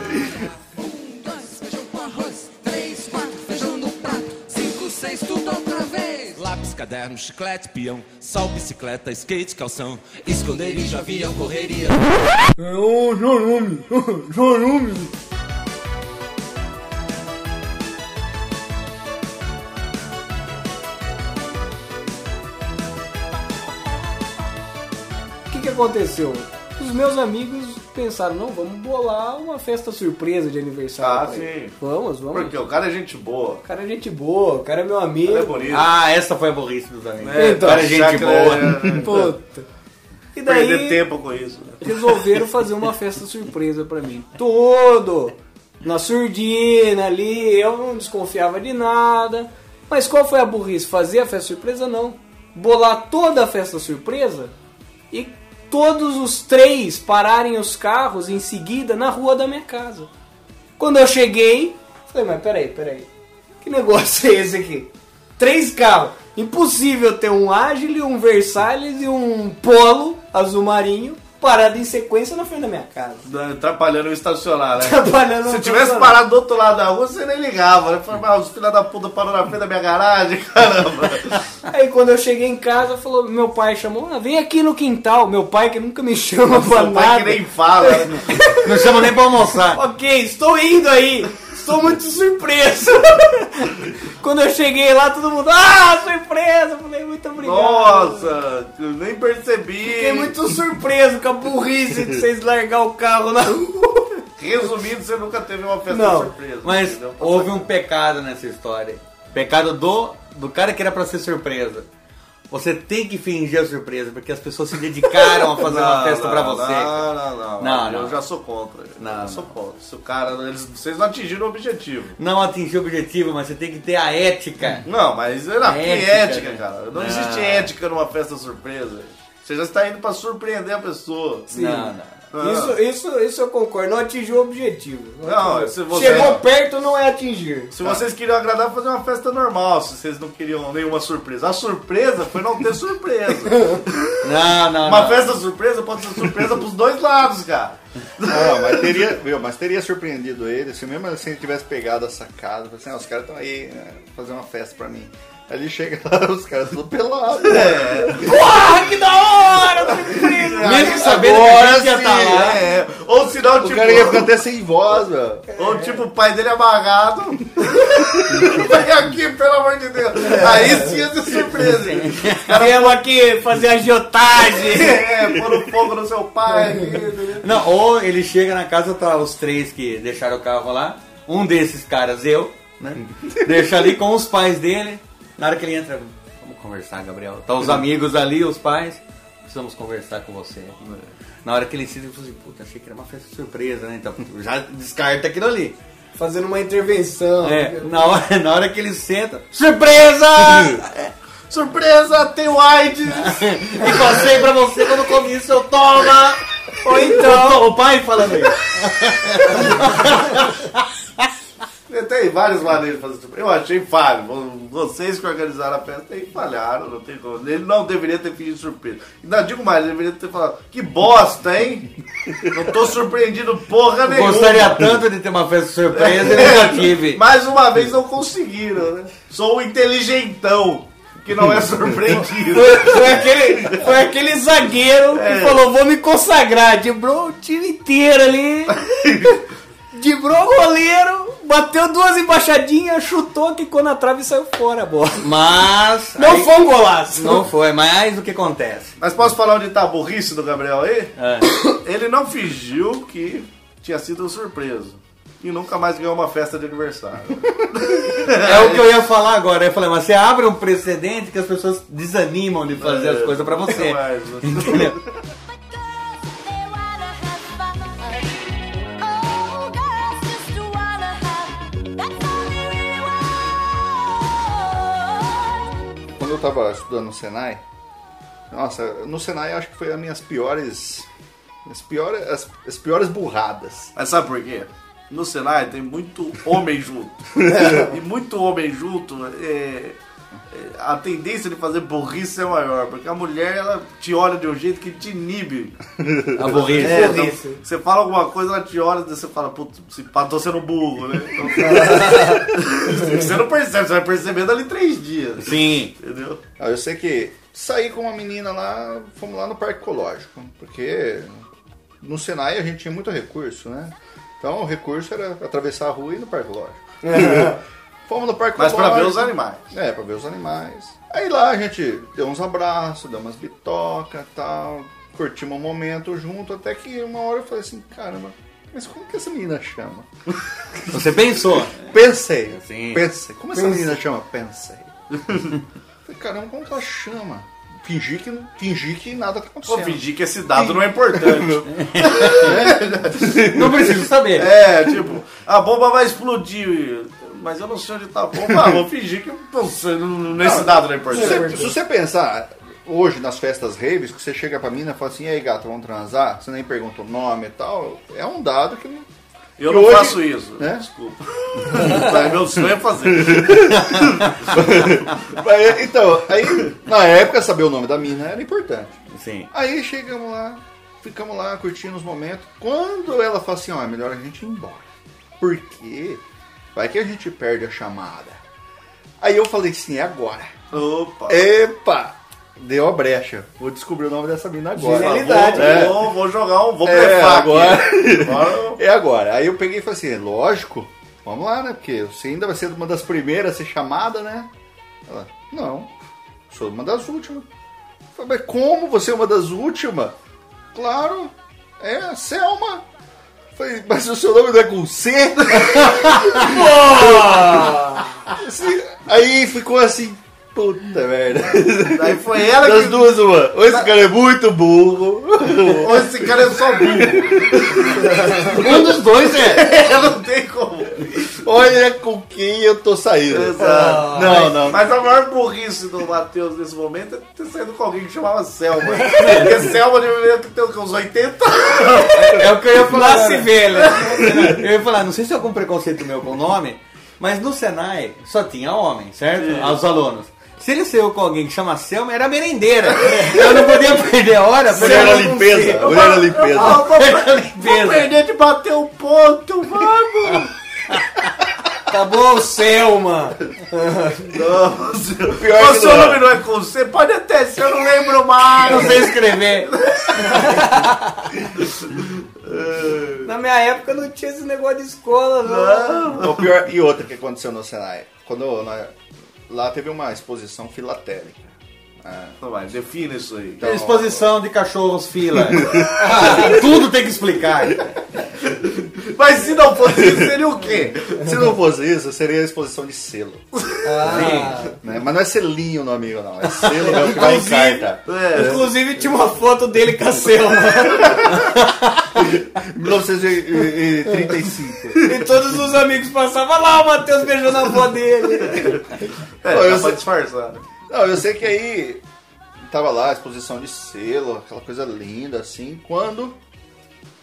K: dois, feijão com arroz, três, quatro, feijão no prato, cinco, seis, tudo outra vez. Lápis, caderno, chiclete, peão, sal, bicicleta, skate, calção, esconderijo, avião, correria.
D: É um chorume, chorume. O que, que aconteceu? Os meus amigos pensaram, não, vamos bolar uma festa surpresa de aniversário.
E: Ah,
D: pra
E: sim.
D: ele. Vamos, vamos.
E: Porque o cara é gente boa.
D: O cara é gente boa, o cara é meu amigo.
E: Ele é bonito.
F: Ah, essa foi a burrice dos amigos.
D: É, então,
F: cara, é gente
E: chácara,
F: boa.
D: <laughs>
E: é,
D: Puta. E daí...
E: Perder tempo com isso.
D: resolveram fazer uma festa surpresa pra mim. Tudo! Na surdina ali, eu não desconfiava de nada. Mas qual foi a burrice? Fazer a festa surpresa? Não. Bolar toda a festa surpresa e todos os três pararem os carros em seguida na rua da minha casa. Quando eu cheguei, falei, mas peraí, peraí. Que negócio é esse aqui? Três carros. Impossível ter um Agile, um Versalhes e um Polo azul marinho parado em sequência na frente da minha
E: <laughs>
D: casa.
E: Atrapalhando o estacionar, né?
D: Atrapalhando
E: Se
D: o
E: tivesse
D: estacionar.
E: parado do outro lado da rua, você nem ligava, né? Falava, ah, os filha da puta parou na frente da minha garagem, <laughs> caramba.
D: Aí quando eu cheguei em casa, falou, meu pai chamou, ah, vem aqui no quintal. Meu pai que nunca me <laughs> chama pra
E: Seu pai
D: nada.
E: que nem <laughs> fala. né?
D: <laughs>
F: Não chama nem pra almoçar.
D: Ok, estou indo aí. Estou muito
E: <laughs>
D: surpreso. quando eu cheguei lá, todo mundo, ah, surpresa. Eu Falei, muito obrigado.
E: Nossa, eu nem percebi.
D: Fiquei muito surpreso com a burrice de vocês largar o carro na rua.
E: Resumindo, você nunca teve uma festa
D: Não,
E: surpresa.
F: Mas
E: entendeu?
F: houve um pecado nessa história. Pecado do, do cara que era pra ser surpresa. Você tem que fingir a surpresa, porque as pessoas se dedicaram a fazer uma festa pra você.
E: Não, não, não.
F: Não,
E: eu
F: não.
E: já sou contra.
F: Não,
E: eu
F: não.
E: sou contra. Se o cara. Eles, vocês não atingiram o objetivo.
F: Não atingiu o objetivo, mas você tem que ter a ética.
E: Não, mas era que
F: Ética,
E: ética,
F: né?
E: cara. Não,
F: Não.
E: existe ética numa festa surpresa. Você já está indo pra surpreender a pessoa.
F: Não, não.
E: Não.
D: Isso, isso, isso eu concordo, não atingiu o objetivo.
E: Não,
D: atingiu.
E: se você-
D: Chegou perto, não é atingir.
E: Se
F: Tá.
E: vocês queriam agradar, fazer uma festa normal. Se vocês não queriam nenhuma surpresa. A surpresa foi não ter
F: <laughs>
E: surpresa.
F: Não, não,
E: uma
F: não.
E: festa surpresa pode ser surpresa pros dois lados, cara.
G: Não, mas teria, viu, mas teria surpreendido ele se mesmo assim ele tivesse pegado a sacada, falou assim, ah, os caras estão aí né, fazer uma festa pra mim. Aí ele chega lá, <laughs> os caras tudo pelados.
D: Porra, Ah, que da hora, surpresa!
F: Mesmo sabendo que
G: Agora
F: a gente ia
G: sim,
F: tá lá.
E: É, é. Ou se não,
G: O
E: tipo.
G: cara ia ficar até sem voz, velho.
E: Ou tipo, o pai dele amarrado. <laughs> Vem aqui, pelo amor de Deus. Aí sim ia ser surpresa.
F: né?
D: Viemos aqui fazer agiotagem.
E: É, pôr o fogo no seu pai.
F: Não, ou ele chega na casa, tá os três que deixaram o carro lá. Um desses caras, eu, <laughs> né? Deixa ali com os pais dele. Na hora que ele entra, vamos conversar, Gabriel. Tá os amigos ali, os pais. Precisamos conversar com você. Na hora que ele ensina, ele fala assim, puta, achei que era uma festa surpresa, né? Então já descarta aquilo ali.
D: Fazendo uma intervenção.
F: É, na hora, na hora que ele senta, surpresa!
E: Surpresa, tem o AIDS.
F: E passei pra você quando comi isso, eu toma! Ou então, o pai falando isso.
E: Tem várias maneiras de fazer surpresa. Eu achei falho. Vo- Vocês que organizaram a festa aí falharam. Não tem como. Ele não deveria ter fingido surpresa. Ainda digo mais, ele deveria ter falado: Que bosta, hein? Não tô surpreendido porra nenhuma.
F: Gostaria tanto de ter uma festa
E: <laughs>
F: surpresa e nunca tive.
E: Mais uma vez não conseguiram, né? Sou um inteligentão. que
F: <laughs>
E: não é surpreendido.
D: Foi aquele, foi aquele zagueiro que falou, vou me consagrar. Dibrou o time inteiro ali. Dibrou o goleiro. Bateu duas embaixadinhas, chutou, quicou na trave e saiu fora a bola.
F: Mas.
D: Não
F: aí-
D: foi um golaço.
F: Não foi, mas o que acontece?
E: Mas posso falar onde tá a burrice do Gabriel aí?
F: É.
E: Ele não fingiu que tinha sido um surpreso. E nunca mais ganhou uma festa de aniversário.
F: É o que eu ia falar agora. Eu falei, mas você abre um precedente que as pessoas desanimam de fazer as coisas pra
E: É.
F: você.
E: Nunca mais, né?
F: Entendeu?
G: Quando eu tava estudando no Senai, nossa, no Senai eu acho que foi as minhas piores. As piores, as, as piores burradas.
E: Mas sabe por quê? No Senai tem muito homem junto. e muito homem junto, é, é, a tendência de fazer burrice é maior. Porque a mulher, ela te olha de um jeito que te inibe.
F: A burrice.
E: É, então, você fala alguma coisa, ela te olha e você fala, putz, se pá, tô sendo burro, né? Então, você não percebe, você vai perceber dali três dias.
F: Sim.
E: Entendeu?
G: Ah, Eu sei que saí com uma menina lá, fomos lá no Parque Ecológico, porque no Senai a gente tinha muito recurso, né? Então o recurso era atravessar a rua e ir no
E: <laughs>
G: Parque Ecológico. fomos no Parque
E: Mas pra
G: Ecológico.
E: ver os animais.
G: É, pra ver os animais. Aí lá a gente deu uns abraços, deu umas bitocas e tal. Curtimos um momento junto, até que uma hora eu falei assim, caramba, mas como que essa menina chama?
F: Você pensou.
E: É
G: Pensei,
E: assim.
F: Sim.
G: pensei. Como essa menina chama?
E: <laughs>
G: Pensei. falei, caramba, como que ela chama? Fingi que, fingi que nada tá
E: Vou
G: acontecendo.
E: fingir que esse dado não é importante.
F: Não preciso saber.
E: é, tipo, a bomba vai explodir. Mas eu não sei onde tá a bomba. Ah, vou fingir que eu não sei, não- não- esse dado não é
G: Se
E: importante.
G: você, se você pensar, hoje nas festas raves, que você chega pra mina e fala assim, e aí gato, vamos transar? Você nem pergunta o nome e tal. É um dado que não...
E: Eu
G: E
E: não
G: hoje-
E: faço isso.
G: Né?
E: Desculpa. <laughs> Mas meu sonho é fazer.
G: Mas, Então, aí, na época, saber o nome da mina era importante.
F: Sim.
G: Aí chegamos lá, ficamos lá curtindo os momentos. Quando ela fala assim, ó, é melhor a gente ir embora. Porque vai que a gente perde a chamada. Aí eu falei assim, é agora.
E: Opa.
G: É Epa! Deu a brecha. Vou descobrir o nome dessa mina agora.
D: Genialidade.
E: Vou,
G: É.
E: vou- vou jogar um. Vou
G: É,
E: blefar
G: agora.
E: aqui. Agora eu-
G: <laughs> É agora. Aí eu peguei e falei assim, lógico, vamos lá, né? Porque você ainda vai ser uma das primeiras a ser chamada, né? Ela, não, sou uma das últimas. Eu falei, mas como você é uma das últimas? Claro, é Selma. Eu Falei, mas o seu nome não é com C? Assim, Aí ficou assim, puta merda.
E: Daí foi ela
G: <laughs> Das
E: que.
G: duas, uma. Ou esse cara é muito burro.
E: Ou esse cara é só burro.
G: Um dos dois é.
E: Eu não tenho como.
G: Olha com quem eu tô saindo.
E: Exato.
G: Não, não.
E: Mas a maior burrice do Matheus nesse momento é ter saído com alguém que chamava Selma. <laughs> Porque Selma de que tem uns
G: <laughs>
E: 80
F: É o que eu ia falar.
D: Lá se
F: agora.
D: vê, né?
F: Eu ia falar, não sei se é algum preconceito meu com o nome, mas no Senai só tinha homem, certo? Aos alunos. Se ele saiu com alguém que chama Selma, era merendeira. Eu não podia perder a hora. porque
G: Mulher da
F: eu não sei.
G: limpeza, mulher da
E: Ah,
G: limpeza.
E: vou,
F: <laughs> Era
E: per-
F: limpeza.
E: vou perder de bater o ponto, vamos!
F: <laughs> Tá
D: Acabou o Selma.
E: Não, seu,
G: pior
E: o
G: que
E: seu
G: não.
E: nome não é com você, pode até ser, eu não lembro mais!
F: Não sei escrever.
D: Na minha época não tinha esse negócio de escola, não.
G: O pior, e outra que aconteceu no Senai. Quando na- lá teve uma exposição filatélica.
E: Então vai, defina isso aí. tá
G: Então,
F: Exposição de cachorros fila. <laughs> Ah, tudo tem que explicar.
E: Mas se não fosse isso, seria o quê?
G: Se não fosse isso, seria a exposição de selo.
D: Ah.
G: né? Mas não é selinho no amigo, não. É selo mesmo que vai em
D: Inclusive-
G: carta.
E: É,
D: Inclusive tinha uma foto dele com a Selma.
G: 1935.
D: E todos os amigos passavam "Olha lá, o Matheus beijando a avó dele.
E: é
G: eu
E: dá pra
G: sei-
E: disfarçar.
G: Não, eu sei que aí tava lá a exposição de selo, aquela coisa linda assim, quando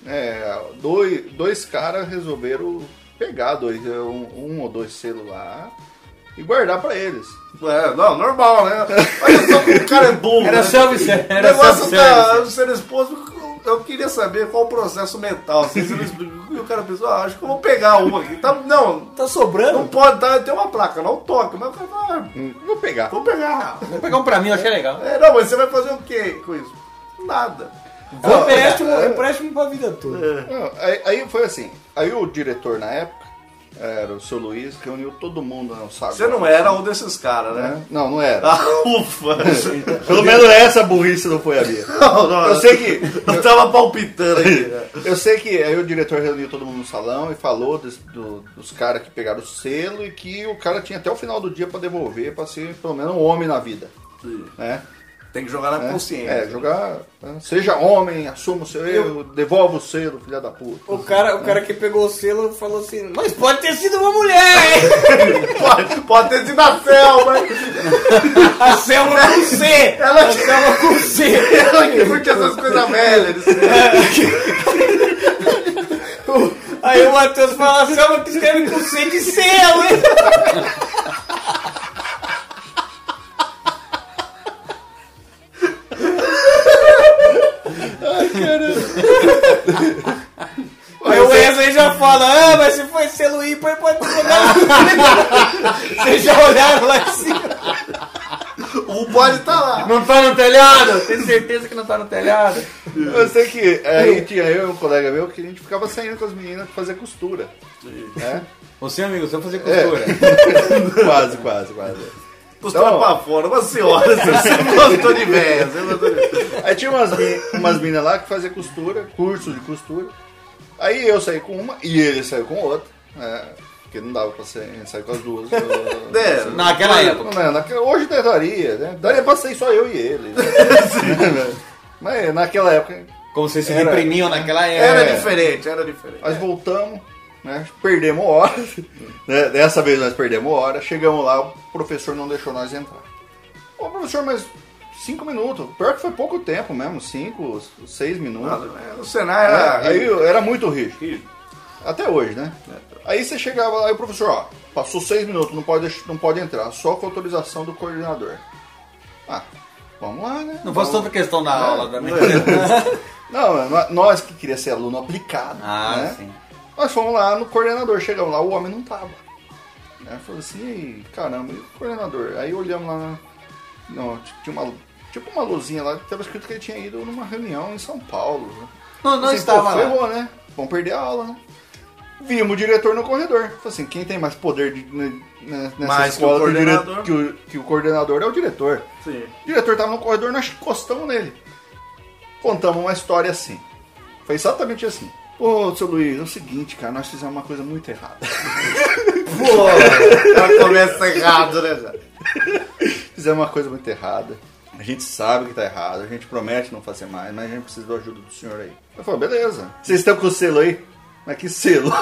G: é, dois, dois caras resolveram pegar dois, um, um ou dois selos lá e guardar pra eles.
E: É, não, normal, né? Olha só como o cara é burro.
F: Era
E: né? O
F: self-service. Era
E: negócio
F: self-service.
E: tá sendo exposto, o eu queria saber qual o processo mental. Vocês não explicam. E o cara pensou, ah, acho que eu vou pegar uma aqui. Tá, não,
D: Tá sobrando?
E: não pode, tá, tem uma placa, não toque. Mas o cara fala, ah,
G: Vou pegar.
E: vou pegar.
F: Vou pegar um pra mim, eu achei legal.
E: É, não, mas você vai fazer o quê com isso? Nada.
D: É um empréstimo, é um empréstimo pra vida toda.
G: Não, aí, aí foi assim. Aí o diretor na época, era o seu Luiz, reuniu todo mundo no saco.
E: Você não era um desses caras, né?
G: né? Não, não era.
E: Ah, ufa!
G: Pelo menos essa burrice não foi a minha.
E: Não, não,
G: Eu sei que
E: Eu tava palpitando aqui, né?
G: Eu sei que aí o diretor reuniu todo mundo no salão e falou dos, do- dos caras que pegaram o selo e que o cara tinha até o final do dia pra devolver, pra ser pelo menos um homem na vida. Né?
E: Tem que jogar na
G: Né?
E: consciência.
G: É, jogar. né? Seja homem, assuma o seu erro, devolva o selo, filha da puta.
D: O cara, o cara que pegou o selo falou assim, mas pode ter sido uma mulher, hein?
E: Pode, pode ter sido a selva,
D: A Selma com C! a Selma com C!
E: Ela que curte essas coisas velhas.
D: Aí o Matheus fala, a Selma que escreve com C de selo, hein? Aí o Wesley já fala, ah, mas se for selo ímpar, pode pegar. Vocês já olharam lá em cima.
E: O bode tá lá.
F: Não tá no telhado? Tenho certeza que não tá no telhado.
G: Eu sei que aí tinha eu e um colega meu que a gente ficava saindo com as meninas pra fazer costura. Né?
F: Você, amigo, você vai fazer costura.
G: quase, quase, quase.
E: Costura
G: Não.
E: pra fora. Uma senhora, você- <laughs> você não gostou de véia. Você gostou de
G: Aí tinha umas, mi- umas minas lá que fazia costura, curso de costura. Aí eu saí com uma e ele saiu com outra. né? Porque não dava pra sair, sair com as duas. Eu-
E: É,
F: Naquela época.
G: Não, naquela- hoje não daria, né? Daria pra sair só eu e
E: <laughs>
G: ele. né? Mas naquela época,
F: Como vocês se
G: Era-
F: reprimiam naquela
E: Era
F: época.
G: É.
E: diferente, era diferente.
G: nós voltamos, né? Perdemos hora.
F: <laughs>
G: né? Dessa vez nós perdemos hora. Chegamos lá, o professor não deixou nós entrar. Ô professor, mas cinco minutos. Pior que foi pouco tempo mesmo, cinco, seis minutos. É,
E: O Senai era.
F: É,
G: Aí eu- era muito rígido.
E: Rígido.
G: Até hoje, né? Aí você chegava lá e o professor, ó, passou seis minutos, não pode, deix- não pode entrar, só com autorização do coordenador. Ah, vamos lá, né?
F: Não fosse
G: Vamos-
F: outra questão da aula também.
G: Não, nó- nós que queria ser aluno aplicado,
F: Ah,
G: né?
F: sim.
G: Nós fomos lá no coordenador, chegamos lá, o homem não tava. Né? Falou assim, "Ei, caramba, e o coordenador? Aí olhamos lá, não, t- tinha uma, tipo uma luzinha lá, que estava escrito que ele tinha ido numa reunião em São Paulo. né?
F: Não, não
G: Assim,
F: estava
G: pô,
F: lá.
G: Ferrou, né? Vamos perder a aula, né? Vimos o diretor no corredor. Falei assim, quem tem mais poder de- né, né, nessa
E: Mais que o
G: escola dire-
E: coordenador.
G: que, o, que o coordenador é o diretor.
E: Sim.
G: O diretor tava no corredor, nós encostamos nele. Contamos uma história assim. Foi exatamente assim. Ô, seu Luiz, é o seguinte, cara, nós fizemos uma coisa muito errada.
E: <laughs> Já começa errado, né? já?
G: fizemos uma coisa muito errada. A gente sabe que tá errado, a gente promete não fazer mais, mas a gente precisa da ajuda do senhor aí. Eu falei, beleza. Vocês estão com o selo aí? Mas que selo?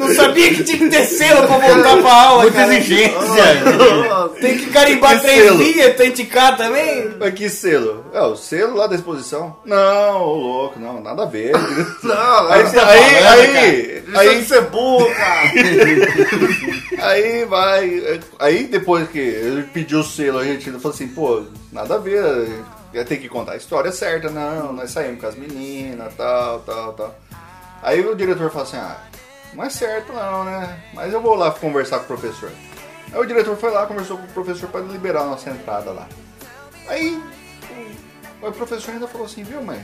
D: Não sabia que tinha que ter selo pra voltar pra aula, Muita
E: É.
D: exigência.
E: Nossa.
D: Tem que carimbar
G: Que
D: três
G: selo?
D: linhas, tem que indicar também.
G: Mas que selo? É, o selo lá da exposição? Não, ô louco, não, nada a ver.
E: Não,
G: aí,
E: aí,
G: aí, aí,
E: aí,
G: aí,
E: de ser burro, cara.
G: aí vai. Aí depois que ele pediu o selo, a gente falou assim, pô, nada a ver. Ia ter que contar a história certa, não, nós saímos com as meninas, tal, tal, tal. Aí o diretor falou assim, ah, não é certo não, né? Mas eu vou lá conversar com o professor. Aí o diretor foi lá, conversou com o professor para liberar a nossa entrada lá. Aí o, o professor ainda falou assim, viu mãe?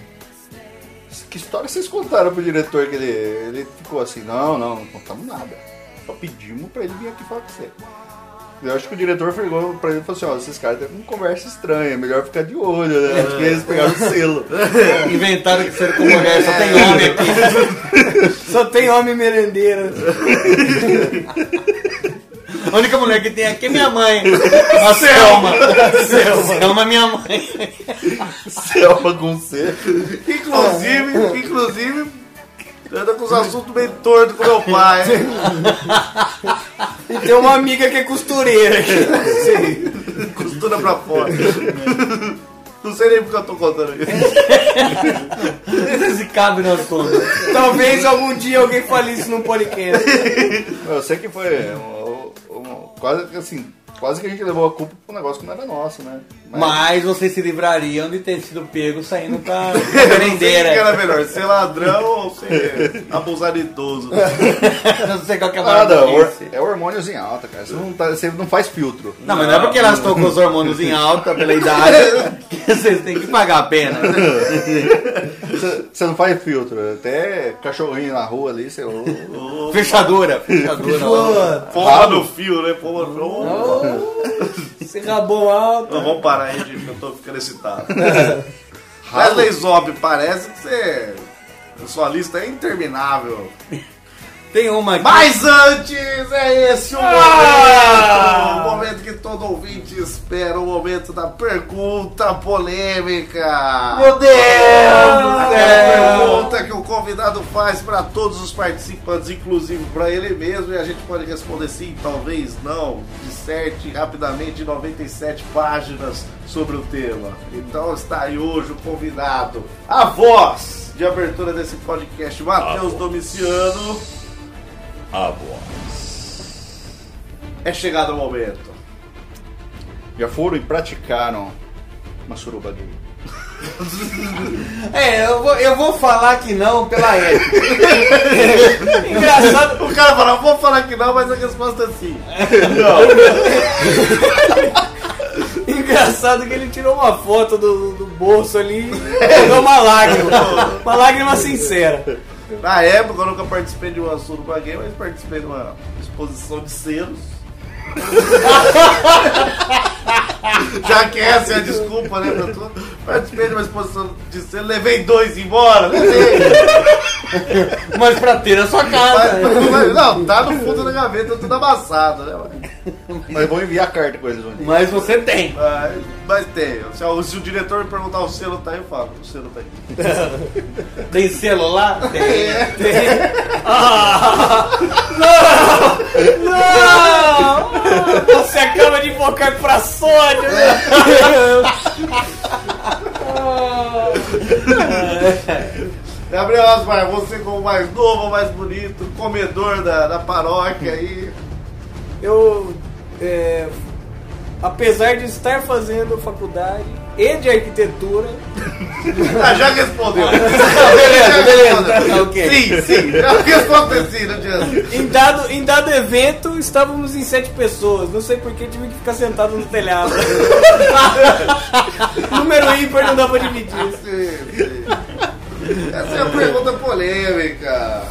G: Que história vocês contaram pro diretor que ele, ele ficou assim, não, não, não contamos nada. Só pedimos pra ele vir aqui falar com você. Eu acho que o diretor pegou pra ele e falou assim, ó, esses caras têm uma conversa estranha, é melhor ficar de olho, né? Acho que eles
F: É.
G: pegaram o
F: <laughs>
G: selo.
F: Inventaram que ser com mulher, só tem homem aqui.
D: Só tem homem merendeiro.
F: A única mulher que tem aqui é minha mãe. A Selma. Selma. Selma é minha mãe. <laughs>
G: Selma com C.
E: Inclusive, inclusive, anda com os assuntos meio tortos com meu pai. hein?
D: E tem uma amiga que é costureira aqui.
E: Costura pra fora. Não sei nem porque eu tô contando isso.
F: Se cabe no assunto.
D: Talvez algum dia alguém fale isso num podcast.
G: Eu sei que foi um- um- um- quase que assim, quase que a gente levou a culpa pro negócio que não era nosso, né?
F: Mas vocês se livrariam de ter sido pego saindo pra
E: Eu não sei o que era
F: vendeira.
E: melhor, ser ladrão ou <laughs> ser abusado de idoso.
F: não sei qual que é a
G: Ah,
F: maior
G: não,
F: burrice.
G: é o hormônios em alta, cara. Você não, tá- você não faz filtro.
F: Não, mas não é porque elas estão com os hormônios em alta pela idade que vocês têm que pagar a pena.
G: Você você não faz filtro. Até cachorrinho na rua ali,
F: <laughs>
G: você. ô,
F: Fechadura, fechadura.
D: Pô,
E: Pomba no fio, né? Pomba no fio.
D: esse rabão alto.
E: Não, vamos parar aí, gente, que eu tô ficando excitado. Wesley Zop, parece que você... a Sua lista é interminável.
F: Tem uma aqui.
E: Mas antes, é esse o
F: Ah!
E: momento! O momento que todo ouvinte espera, o momento da pergunta polêmica!
F: Meu Deus do
E: É a
F: céu!
E: pergunta que o convidado faz para todos os participantes, inclusive para ele mesmo, e a gente pode responder sim, talvez não. Disserte rapidamente 97 páginas sobre o tema. Então está aí hoje o convidado, a voz de abertura desse podcast, Matheus Domiciano.
G: Tá
A: A voz.
E: É chegado o momento.
G: Já foram e praticaram uma suruba gay.
F: É, eu vou, eu vou falar que não
D: <laughs>
F: pela ética.
E: Engraçado, o cara fala, vou falar que não, mas a resposta é sim.
D: Engraçado que ele tirou uma foto do, do bolso ali e jogou uma lágrima. Uma lágrima sincera.
E: Na época eu nunca participei de um uma suruba gay, mas participei de uma exposição de selos. <laughs> Já que essa é a desculpa, né, pra tudo. Participei de uma exposição de selos, levei dois embora, levei.
F: Mas pra ter na sua
E: Mas-
F: casa.
E: mas- mas- não, tá no fundo da gaveta, tudo amassado, né? mas-
G: Mas eu vou enviar carta com eles um dia.
F: Mas você tem.
E: Mas, mas tem. Se, o- se o diretor me perguntar o selo tá aí, eu falo, o selo tá aí.
F: Tem selo lá? Tem. Ah,
D: Você acaba de invocar pra sódio, né?
E: Gabriel Osmar, você como mais novo, mais bonito, comedor da, da paróquia aí.
D: Eu, é, apesar de estar fazendo faculdade e de arquitetura,
E: Ah, já <laughs> respondeu.
F: Beleza, beleza. Tá ok.
E: Sim, sim, já respondeu né, sim, não adianta.
D: em dado, em dado evento, estávamos em sete pessoas. Não sei porque tive que ficar sentado no telhado. <laughs> Número ímpar não dá pra dividir.
E: Sim, sim. Essa é uma pergunta polêmica.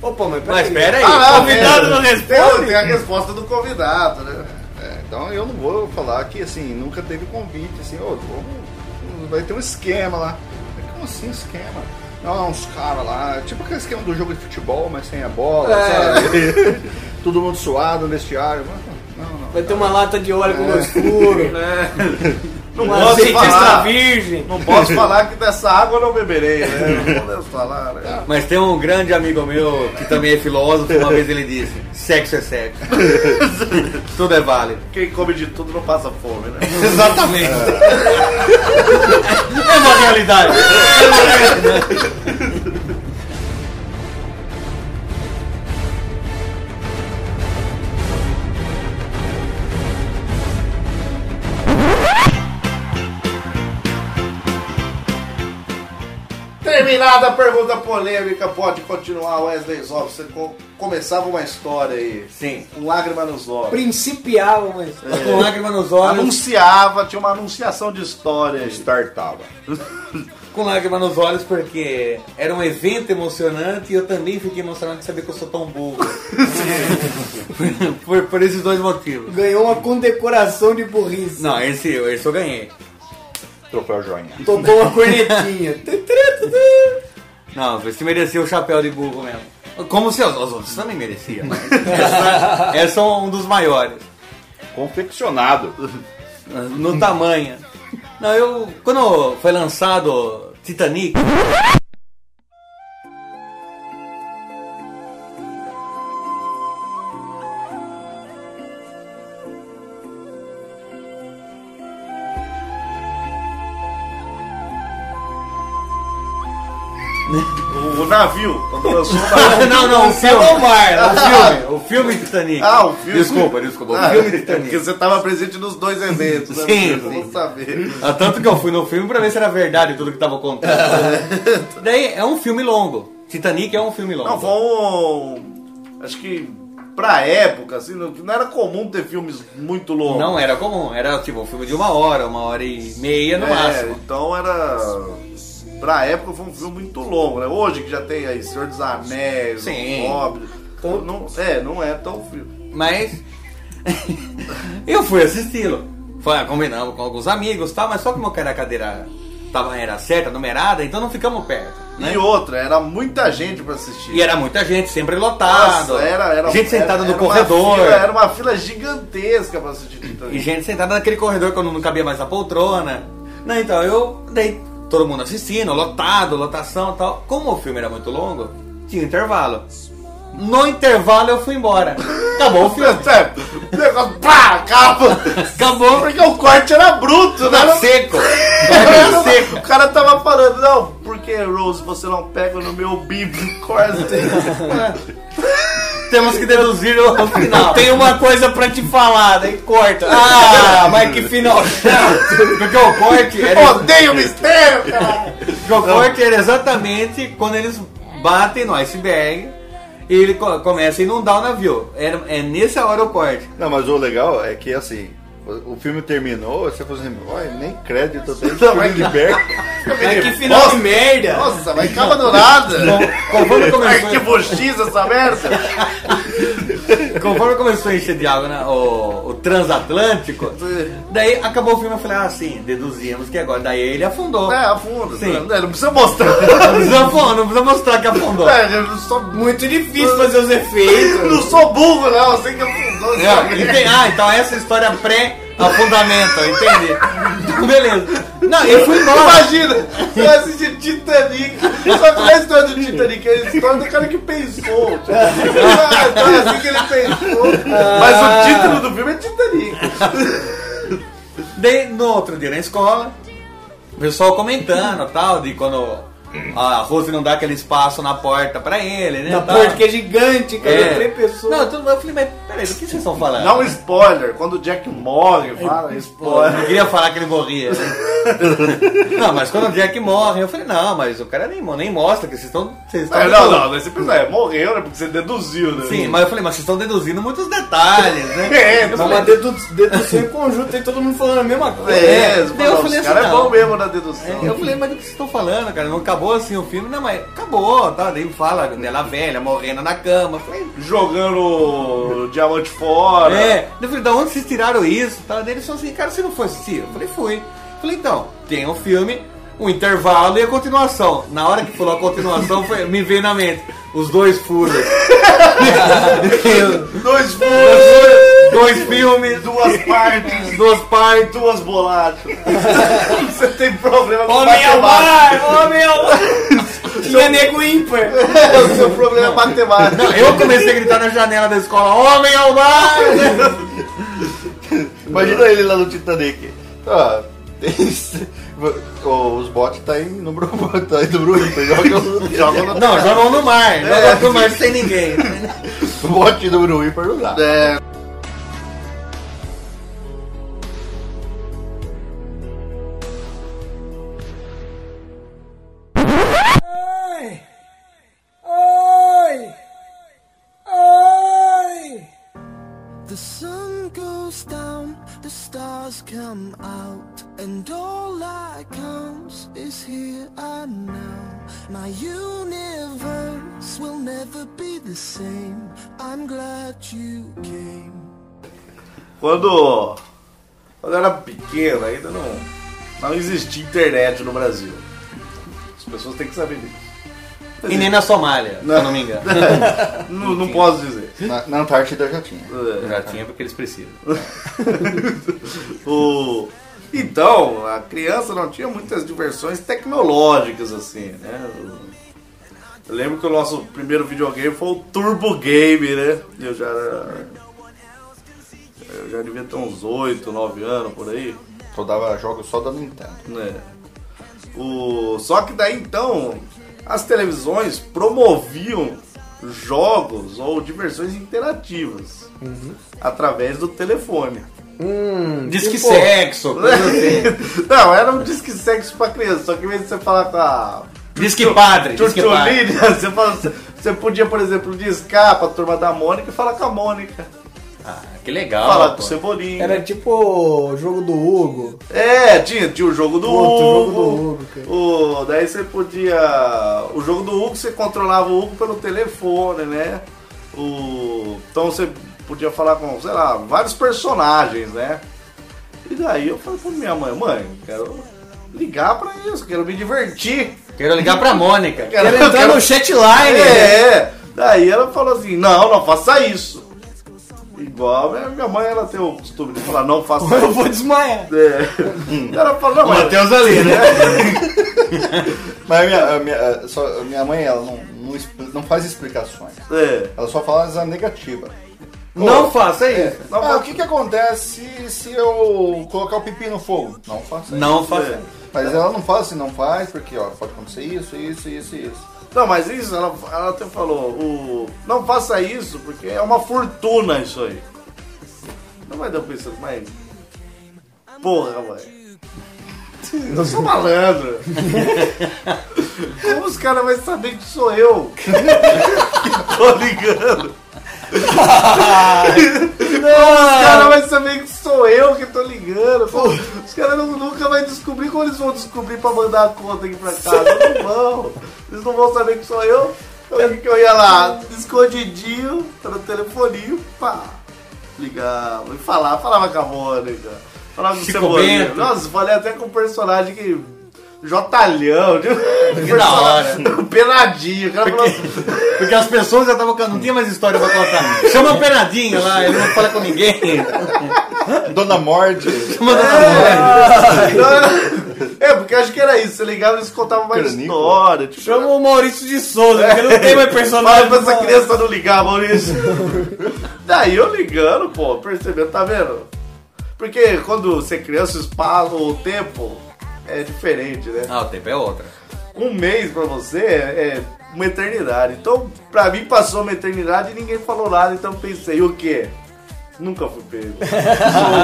D: Opa, mas
F: Mas
D: peraí.
F: pera aí.
E: convidado não responde? Tem a resposta do convidado, né?
G: É, então eu não vou falar que assim, nunca teve convite, assim, ô, vamos- vai ter um esquema lá. Mas Como assim esquema? Não, é uns caras lá, tipo aquele esquema do jogo de futebol, mas sem a bola, sabe? <laughs> Todo mundo suado no vestiário. Mas, Não, não.
D: Vai ter uma lata de óleo com dois furos,
E: Não
D: um
E: posso
D: azeite extra
E: falar.
D: virgem.
E: Não posso falar que dessa água eu não beberei, né? Não podemos falar, né?
F: Mas tem um grande amigo meu que também é filósofo, uma vez ele disse: sexo é sexo. Tudo é válido.
E: Quem come de tudo não passa fome, né?
F: Exatamente. É uma realidade.
E: Terminada a pergunta polêmica, pode continuar, Wesley Zop. Você co- começava uma história aí.
F: Sim.
E: Com lágrima nos olhos.
D: Principial, mas.
F: Com lágrima nos olhos,
E: Anunciava, tinha uma anunciação de história aí.
G: Startava.
F: com lágrima nos olhos, porque era um evento emocionante e eu também fiquei emocionado de saber que eu sou tão burro. por, por esses dois motivos.
D: Ganhou uma condecoração de burrice.
F: Não, esse, eu- esse eu ganhei.
G: Troféu joinha.
D: Tocou uma cornetinha.
F: Não, você merecia o chapéu de burro mesmo. Como se os, os outros também mereciam, mas essa, essa <laughs> é um dos maiores.
G: Confeccionado.
F: Ah, No tamanho. Não, eu. Quando foi lançado Titanic.
E: O, o navio, quando
G: <laughs>
E: lançou o navio.
F: Não, não, É o filme.
D: Tá no mar,
F: O filme, o filme Titanic.
E: Ah, o filme.
F: Desculpa, desculpa. O
E: Ah,
F: filme
E: é <laughs> porque
F: Titanic.
E: você tava presente nos dois eventos. né?
F: Sim,
E: Vocês
F: sim.
E: vão saber.
F: Ah, tanto que eu fui no filme pra ver se era verdade tudo que tava contando.
E: <laughs>
F: Daí é um filme longo. Titanic é um filme longo.
E: Não, foi um. Acho que pra época, assim, não, não era comum ter filmes muito longos.
F: Não era comum, era tipo um filme de uma hora, uma hora e meia no
E: É,
F: máximo.
E: Então era. Pra época foi um filme muito longo, né? Hoje que já tem aí Senhor dos Anéis,
F: Sim.
E: O Hobbit. Não, é, não é tão filme.
F: Mas <laughs> eu fui assisti-lo. Foi, ah, combinamos com alguns amigos e tal, mas só como que era a cadeira tava, era certa, numerada, então não ficamos perto. Né?
E: E outra, era muita gente pra assistir.
F: E era muita gente, sempre lotado.
E: Nossa, era, era,
F: gente
E: era-
F: sentada
E: era
F: no
E: uma
F: corredor.
E: fila- era uma fila gigantesca pra assistir Titanic.
F: E gente sentada naquele corredor quando não cabia mais a poltrona. Não, então eu dei todo mundo assistindo, lotado, lotação e tal. Como o filme era muito longo, tinha intervalo. No intervalo eu fui embora. Acabou o
E: <laughs>
F: filme.
E: O Então, é, negócio, pá, acaba!
F: Acabou.
E: Porque o corte era bruto, né?
F: Tá
E: Era-
F: seco.
E: Era seco. O cara tava falando, não, porque Rose, você não pega no meu bico <laughs> corte.
F: Temos que deduzir o final.
D: Tem uma coisa pra te falar, daí corta. <laughs>
F: Ah, mas que final chato. Porque o corte era,
E: Odeio mistério, cara!
F: porque o corte era exatamente quando eles batem no iceberg e ele co- começa a inundar o navio. Era, é nessa hora o corte.
G: Não, mas o legal é que assim, o, o filme terminou, você falou assim, "Olha, nem crédito tem
E: Não, mas-
G: Lindbergh.
F: É
D: Mas que final de merda.
E: Nossa, mas acaba do nada!
F: Conforme começou,
E: Arquivo X essa merda!
F: Conforme começou a encher de água né, o, o transatlântico, daí acabou o filme eu falei, ah sim, deduzimos que agora daí ele afundou.
E: É, afunda.
F: Sim.
E: Não não precisa mostrar.
F: Não precisa, afundar, não precisa mostrar que afundou.
E: É, eu não sou,
D: Muito difícil fazer os efeitos.
E: não sou um burro, não. Eu sei que afundou. essa
F: <laughs> É,
E: merda.
F: ente- ah, então essa é a história pré-afundamento, entendi. Então, beleza. Não, eu fui embora.
E: Imagina, eu assisti Titanic, só que não é a história do Titanic, é a história do cara que pensou. Tipo, ah, então
D: tá
E: é assim que ele pensou. Mas o título do filme é Titanic.
F: Daí, no outro dia na escola, o pessoal comentando tal, de quando a Rose não dá aquele espaço na porta pra ele, né?
D: Na
F: tal.
D: porta que é gigante, cara.
F: É.
D: Três pessoas.
F: Não, tudo bem. eu falei, mas peraí, do que vocês estão falando?
E: Dá um spoiler, quando o Jack morre, fala
F: Pô, não
E: spoiler.
F: queria falar que ele morria. né? não, mas quando o Jack morre, eu falei, não, mas o cara nem, mo- nem mostra que vocês estão. Vocês estão
E: É, não, não, mas você pensa, é, morreu, né? Porque você deduziu, né?
F: Sim, mas eu falei, mas vocês estão deduzindo muitos detalhes, né?
E: É,
D: É uma dedu- dedução em conjunto, tem todo mundo falando a mesma coisa.
E: é,
F: Daí eu falei
E: os caras
F: assim,
E: é
F: não.
E: bom mesmo na dedução.
F: É, Eu falei, mas do que vocês estão falando, cara? Não acabou assim o filme? Não, mas acabou, tá? Daí fala dela velha, morrendo na cama. Eu falei,
E: Jogando o diamante fora.
F: É, Daí eu falei, da onde vocês tiraram isso? Tá? Daí eles falaram assim, cara, você não foi assistir? Eu falei, fui. Eu falei, então, tem o filme, o intervalo e a continuação. Na hora que falou a continuação, foi- me veio na mente. Os dois furos. <laughs>
E: Dois
F: É. dois filmes,
E: duas partes,
F: duas partes.
E: duas bolachas. Você tem problema com
D: Homem ao
E: matemática.
D: mar! Homem é ao mar!
F: é
D: Tinha nego ímpar.
E: O seu problema é matemática.
F: Não, eu comecei a gritar na janela da escola, homem ao mar!
G: Imagina ele lá no Titanic. Ah, tem <laughs> isso. os bots tá em número <laughs> tá em número ímpar, <laughs> joga
E: Joga no-
F: Não, jogam no mar, jogam no mar sem ninguém.
G: o bot em número um, ímpar não dá.
E: É.
K: The sun goes down, the stars come out, and all that counts is here and now. My universe will never be the same. I'm glad you came.
E: Quando, quando eu era pequeno, ainda não, não existia internet no Brasil. As pessoas têm que saber disso.
F: E nem na Somália, se eu não me engano.
E: Não, não posso dizer.
G: Na, na Antártida já tinha.
E: É.
F: Já tinha porque eles precisam.
E: O... Então, a criança não tinha muitas diversões tecnológicas assim, né? Eu lembro que o nosso primeiro videogame foi o Turbo Game, né? Eu já era... Eu já devia ter uns 8, 9 anos por aí,
G: Só dava jogos só da Nintendo.
E: né? O... Só que daí então, as televisões promoviam jogos ou diversões interativas através do telefone.
D: Hum,
F: Diz que
E: pô.
F: sexo, coisa assim.
E: <laughs> Não, era um disque sexo pra criança, só que em vez de você falar com a.
F: Diz que padre, diz que padre.
E: Tchutchulinha, você, fala- assim, você podia, por exemplo, discar pra turma da Mônica e falar com a Mônica.
F: Ah, Que legal.
E: falar com
F: pô.
E: o Cebolinha.
D: Ah, Era tipo o jogo do Hugo.
E: É, tinha, tinha o jogo do
D: Puta, o jogo
E: Hugo.
D: do Hugo, cara.
E: o- daí você podia. O jogo do Hugo você controlava o Hugo pelo telefone, né? O, então você podia falar com, sei lá, vários personagens, né? E daí eu falei pra minha mãe, mãe, quero ligar pra isso, quero me divertir.
F: Quero ligar pra Mônica.
E: Quero,
D: Ele entrar
E: quero-
D: no chatline.
E: é, é. Daí ela falou assim, não, não faça isso. Igual minha- minha mãe, ela tem o costume de falar, não faça
D: Eu
E: isso.
D: vou desmaiar.
E: É. Ela falou, não, mas
F: Matheus ali, né?
G: Mas a minha, a minha, a só- a minha mãe, ela não, não, expli- não faz explicações.
E: É.
G: Ela só fala a negativa.
F: Não faça isso.
E: é, Não
G: ah,
E: faça-
G: o que que acontece se- se eu colocar o pipi no fogo? Não faça isso.
F: Não
E: é.
F: faça.
G: Mas ela não fala se não faz, porque ó, pode acontecer isso, isso, isso e isso.
E: Não, mas isso, ela, ela até falou, o, não faça isso, porque é uma fortuna isso aí. Não vai dar pra isso, mas... Porra, mãe. Eu sou malandro. Como os caras vão saber que sou eu? que <laughs> tô ligando. Os caras vão saber que sou eu que tô ligando. Ah. Pô, os caras não- nunca vão descobrir como eles vão descobrir pra mandar a conta aqui pra casa. Não vão. Eles não vão saber que sou eu. Então o que que eu ia lá? Escondidinho, pelo telefoninho, pá. Ligava e falava, falava com a Mônica. Falava com o
F: Chico
E: Cebolinha.
F: Bento.
E: Nossa, falei até com um personagem que. Jotalhão, de...
F: Que da hora. né?
E: peladinho. O cara falou, assim,
F: <laughs> Porque as pessoas já estavam cantando, não tinha mais história pra contar. Chama o Penadinho lá, ele não fala com ninguém.
G: Dona Morde.
F: Chama o Dona Mônica.
E: Não, É, porque acho que era isso. Você ligava e eles contavam mais
G: Cranico.
E: história. Tipo,
D: Chama o Maurício de Souza, porque não tem mais
E: Fala
D: personagem.
E: pra essa criança não ligar, Maurício. <laughs> Daí eu ligando, pô, percebendo, tá vendo? Porque quando você é criança, o espaço, o tempo é diferente, né?
F: Ah, o tempo é outra.
E: Um mês pra você é, é uma eternidade. Então, pra mim, passou uma eternidade e ninguém falou nada. Então, eu pensei, o quê? Nunca fui pego.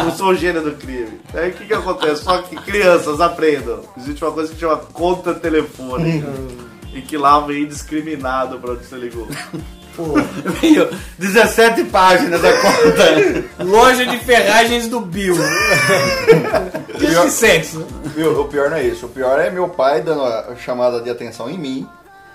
E: sou, sou o gênio do crime. Aí o que que acontece? Só que crianças aprendam. Existe uma coisa que chama conta telefônica. e que lá vem discriminado pra onde você ligou.
F: Veio 17 páginas da conta.
D: Loja de ferragens do
K: <laughs>
D: Bill. Diz que sexo.
G: Viu? O pior não é isso. O pior é meu pai dando a chamada de atenção em mim,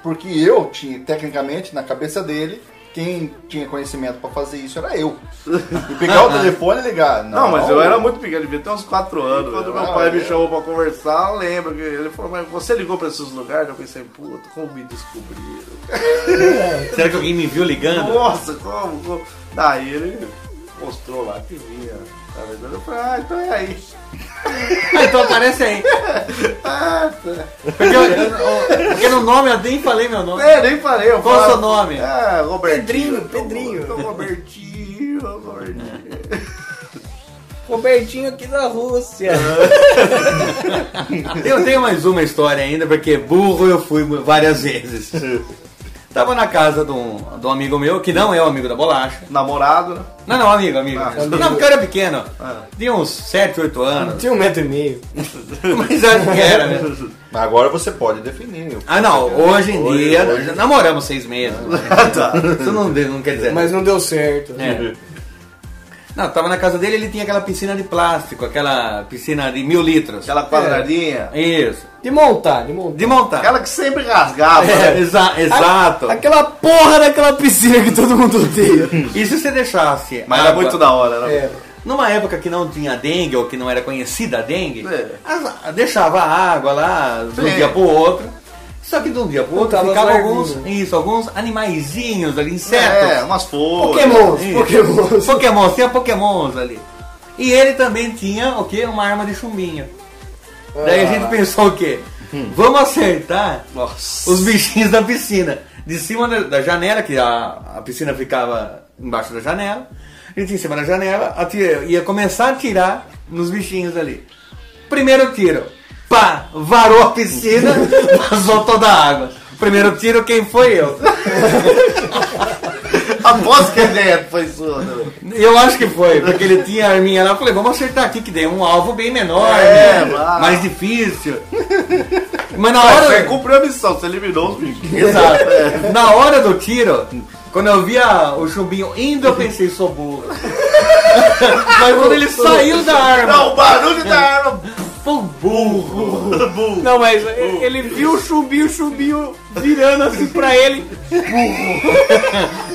G: porque eu tinha, tecnicamente, na cabeça dele, quem tinha conhecimento pra fazer isso era eu. E
E: <laughs>
G: pegar o telefone e ligar. Não,
E: Não, mas eu era muito pequeno, devia ter uns 4 anos. Quando meu
G: Ah,
E: pai me
G: é.
E: chamou pra conversar, eu lembro que ele falou, mas você ligou pra esses lugares? Eu pensei, puta, como me descobriram?
F: Será que alguém me viu ligando?
E: Nossa, como, como? Daí ele mostrou lá que vinha. Tá vendo? Eu falei, ah, então é aí.
F: Ah, então aparece aí.
E: Ah, tá.
F: Porque, eu- eu- porque no nome eu nem falei meu nome.
E: É, nem falei. Eu
F: Qual
E: falava-
F: o seu nome?
E: Ah, Robertinho.
D: Pedrinho,
E: Eu tô-
D: Pedrinho.
E: eu tô Robertinho, Robertinho.
D: Robertinho aqui da Rússia.
F: Eu tenho mais uma história ainda, porque burro eu fui várias vezes. Tava na casa de um, de um amigo meu, que não é o amigo da bolacha.
E: Namorado, né? <laughs>
F: Não, não, amigo, amigo.
E: Ah,
F: não, porque eu era pequeno.
E: Ah.
F: Tinha uns 7, 8 anos.
D: Tinha um metro e meio.
F: Mas acho que era, né?
G: Mas agora você pode definir. Eu-
F: Ah, não, hoje em dia, namoramos seis meses.
E: Tá.
F: Isso não, não quer dizer
D: Mas não deu certo.
F: É. Não, eu tava na casa dele, ele tinha aquela piscina de plástico, aquela piscina de mil litros.
E: Aquela quadradinha.
F: Isso.
D: De montar, de montar.
F: De montar.
E: Aquela que sempre rasgava,
F: É,
E: né?
F: exa- exato.
D: Aquela porra daquela piscina que todo mundo odeia.
F: E se você deixasse.
E: Mas era
F: água-
E: muito da hora, né?
D: É.
F: Numa época que não tinha dengue ou que não era conhecida a dengue,
E: É.
F: as- deixava a água lá de um
E: Sim.
F: dia pro outro. Só que de um dia pro outro
D: Botava as
F: ficavam
D: larvinhas.
F: alguns, isso, alguns animaizinhos ali, insetos.
E: É, umas folhas.
D: Pokémons,
F: Isso.
D: pokémons.
F: Pokémons, tinha Pokémons ali. E ele também tinha o quê? Uma arma de chumbinho. Daí a gente pensou o quê? Vamos acertar
E: Nossa.
F: os bichinhos da piscina. De cima da, da janela, que a, a piscina ficava embaixo da janela. A gente em cima da janela atira- ia começar a atirar nos bichinhos ali. Primeiro tiro. Pá! Varou a piscina, <laughs> vazou toda a água. Primeiro tiro, quem foi eu?
E: <laughs> Aposto que a ideia foi sua. né?
F: Eu acho que foi, porque ele tinha a arminha lá. Eu falei, vamos acertar aqui, que deu um alvo bem menor,
E: É,
F: né?
E: lá.
F: mais difícil. Mas na
E: Mas Você
F: hora.
E: cumpriu a missão, você eliminou os bichos.
F: Exato. Na hora do tiro, quando eu via o chumbinho indo, eu pensei, sou burro. <laughs> Mas quando ele saiu da arma,
E: Não, É o barulho da arma.
F: foi burro.
E: Bum.
D: Não, mas ele ele viu o chumbinho, o chumbinho virando assim pra ele,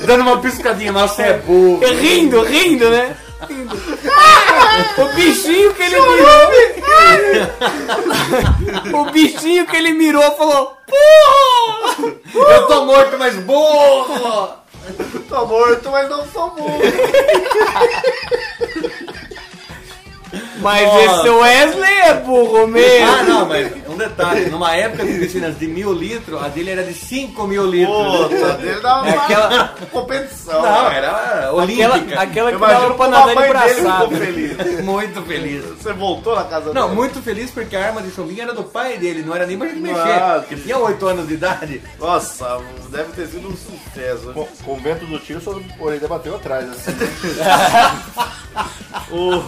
F: Dando uma piscadinha, nossa, é burro.
D: rindo, rindo, né? Rindo. O bichinho que ele mirou. O bichinho que ele mirou falou: Porra!
F: Eu tô morto, mas burro!
E: Tô morto, mas não sou morto.
D: Mas
F: Nossa.
D: esse seu Wesley é burro mesmo.
F: Ah, não, mas um detalhe, numa época de piscinas de mil litros, a dele era de cinco mil litros.
E: Puta, dele dá uma
F: É aquela-
E: competição.
F: Não, é
E: cara.
F: era
D: Aquela,
F: olímpica.
D: aquela
E: Eu
D: que
E: imagino
D: dava pra
E: como a
D: nadar de
E: mãe dele ficou
D: braçada.
E: feliz.
F: é <laughs> Muito feliz.
E: Você voltou na casa
F: Não,
E: dele?
F: muito feliz porque a arma de chumbinho era do pai dele, não era nem pra gente
E: Ah,
F: mexer. Ele tinha 8 anos de idade.
E: Nossa, deve ter sido um sucesso.
G: Com, com o vento do tiro, só o orelha bateu atrás, assim.
E: O-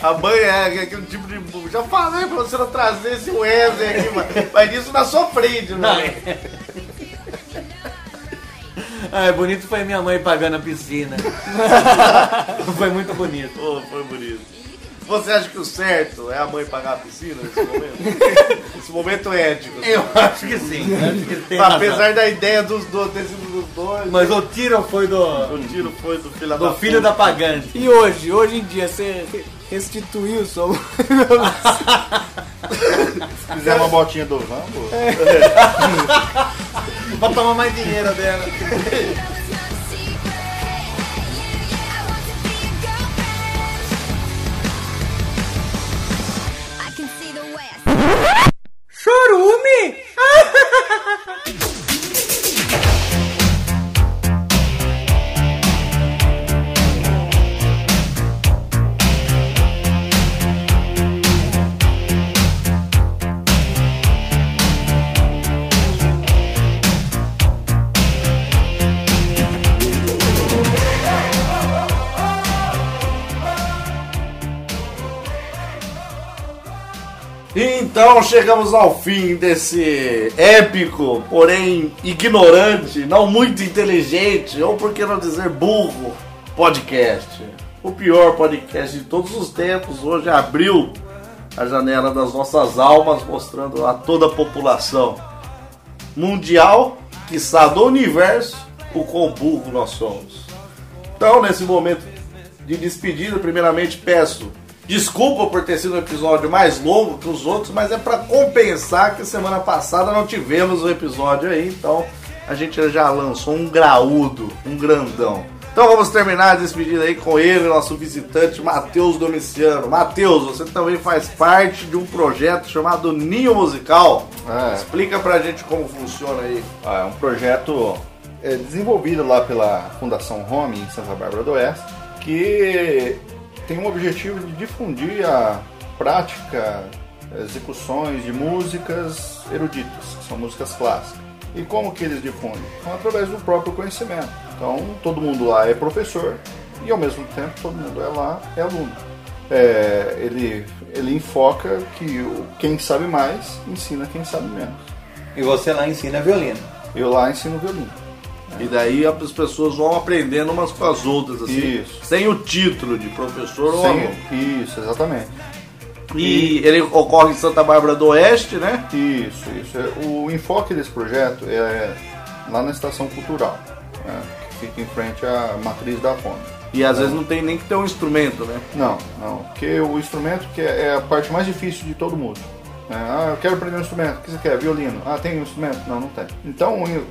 E: A mãe é aquele tipo de. Já falei pra você não trazer esse Wesley aqui, mano. Mas isso na sua frente,
F: é.
E: né?
F: <laughs> Ah, bonito foi minha mãe pagando a piscina. <laughs> foi muito bonito.
E: Pô, foi bonito. Você acha que o certo é a mãe pagar a piscina nesse momento? Esse momento é ético.
F: Eu acho que sim. Acho que tem razão.
E: Apesar da ideia dos dois, ter sido dos dois,
F: Mas o tiro foi do,
E: o tiro foi do filho
F: do filho da pagante.
D: E hoje, hoje em dia, você restituiu sua. <laughs>
G: Se fizer uma botinha do Rambo,
F: Pra tomar mais dinheiro dela.
B: Chorume?
E: Então chegamos ao fim desse épico, porém ignorante, não muito inteligente, ou por que não dizer burro, podcast. O pior podcast de todos os tempos, hoje abriu a janela das nossas almas, mostrando a toda a população mundial, quiçá do universo, o quão burro nós somos. Então, nesse momento de despedida, primeiramente peço desculpa por ter sido um episódio mais longo que os outros, mas é para compensar que semana passada não tivemos o episódio aí, então a gente já lançou um graúdo, um grandão. Então vamos terminar a despedida aí com ele, nosso visitante Matheus Domiciano. Matheus, você também faz parte de um projeto chamado Ninho Musical.
G: Ah, é.
E: Explica pra gente como funciona aí.
G: Ah, é um projeto é, desenvolvido lá pela Fundação Home em Santa Bárbara do Oeste, que tem o objetivo de difundir a prática, execuções de músicas eruditas, que são músicas clássicas. E como que eles difundem? Então, através do próprio conhecimento. Então, todo mundo lá é professor e, ao mesmo tempo, todo mundo é lá é aluno. É, ele, ele enfoca que o- quem sabe mais ensina quem sabe menos.
F: E você lá ensina violino.
G: Eu lá ensino violino.
E: E daí as pessoas vão aprendendo umas com as outras, assim.
G: Isso.
E: Sem o título de professor ou um aluno.
G: Sim, isso, exatamente.
E: E ele ocorre em Santa Bárbara do Oeste, né?
G: Isso, isso. É, O enfoque desse projeto é lá na Estação Cultural, né, que fica em frente à matriz da Fome.
E: E
G: É.
E: às vezes não tem nem que ter um instrumento, né?
G: Não, não. Porque o instrumento que é é a parte mais difícil de todo mundo. É, ah, eu quero aprender um instrumento. O que você quer? Violino. Ah, tem um instrumento? Não, não tem. Então, eu-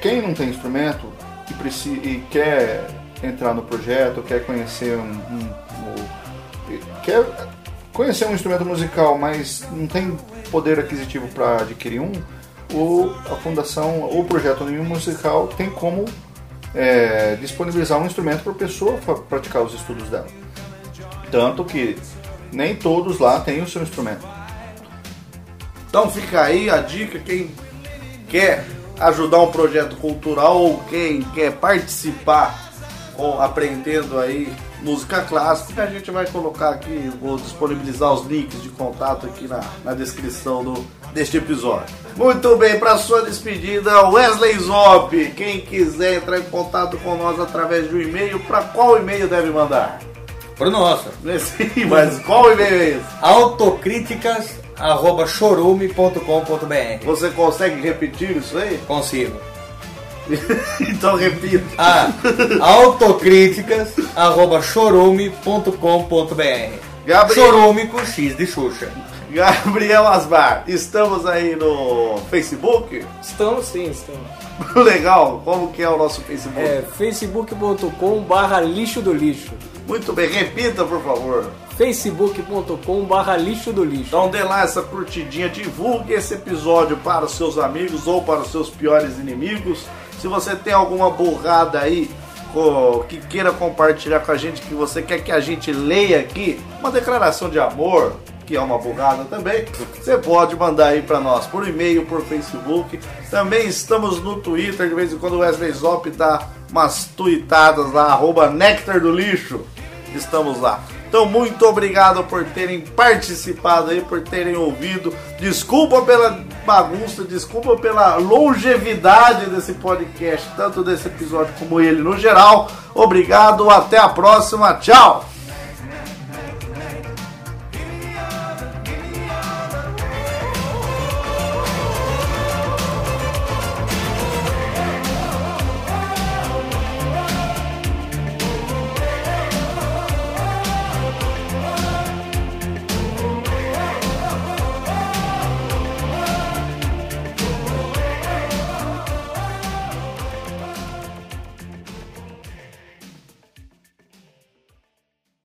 G: quem não tem instrumento e, preci- e quer entrar no projeto, quer conhecer um, um- o- e quer conhecer um instrumento musical, mas não tem poder aquisitivo para adquirir um, o, a fundação, ou o projeto Nenhum Musical tem como é, disponibilizar um instrumento para a pessoa fa- praticar os estudos dela. Tanto que nem todos lá têm o seu instrumento.
E: Então fica aí a dica, quem quer ajudar um projeto cultural ou quem quer participar com aprendendo aí música clássica, a gente vai colocar aqui, vou disponibilizar os links de contato aqui na, na descrição do, deste episódio. Muito bem, para sua despedida, Wesley Zop, quem quiser entrar em contato com nós através de um e-mail, para qual e-mail deve mandar?
F: Pro nosso.
E: Sim, <laughs> mas qual e-mail é esse?
F: Autocríticas arroba chorume.com.br
E: Você consegue repetir isso aí? <laughs>
F: Consigo.
E: Então repita.
F: Ah, autocríticas arroba chorume.com.br
E: Gabriel.
F: Chorume com X de Xuxa.
E: Gabriel Asbar, estamos aí no Facebook? <laughs>
D: Estamos sim, estamos.
E: Legal, como que é o nosso Facebook?
D: É facebook.com barra lixo do lixo.
E: Muito bem, repita por favor.
D: facebook.com barra lixo do lixo.
E: Então dê lá essa curtidinha, divulgue esse episódio para os seus amigos ou para os seus piores inimigos. Se você tem alguma burrada aí co- que queira compartilhar com a gente, que você quer que a gente leia aqui, uma declaração de amor, que é uma burrada também, você pode mandar aí para nós por e-mail, por Facebook. Também estamos no Twitter, de vez em quando o Wesley Zop dá umas tuitadas lá, arroba Nectar do Lixo estamos lá. Então, muito obrigado por terem participado aí, por terem ouvido. Desculpa pela bagunça, desculpa pela longevidade desse podcast, tanto desse episódio como ele no geral. Obrigado, até a próxima, tchau!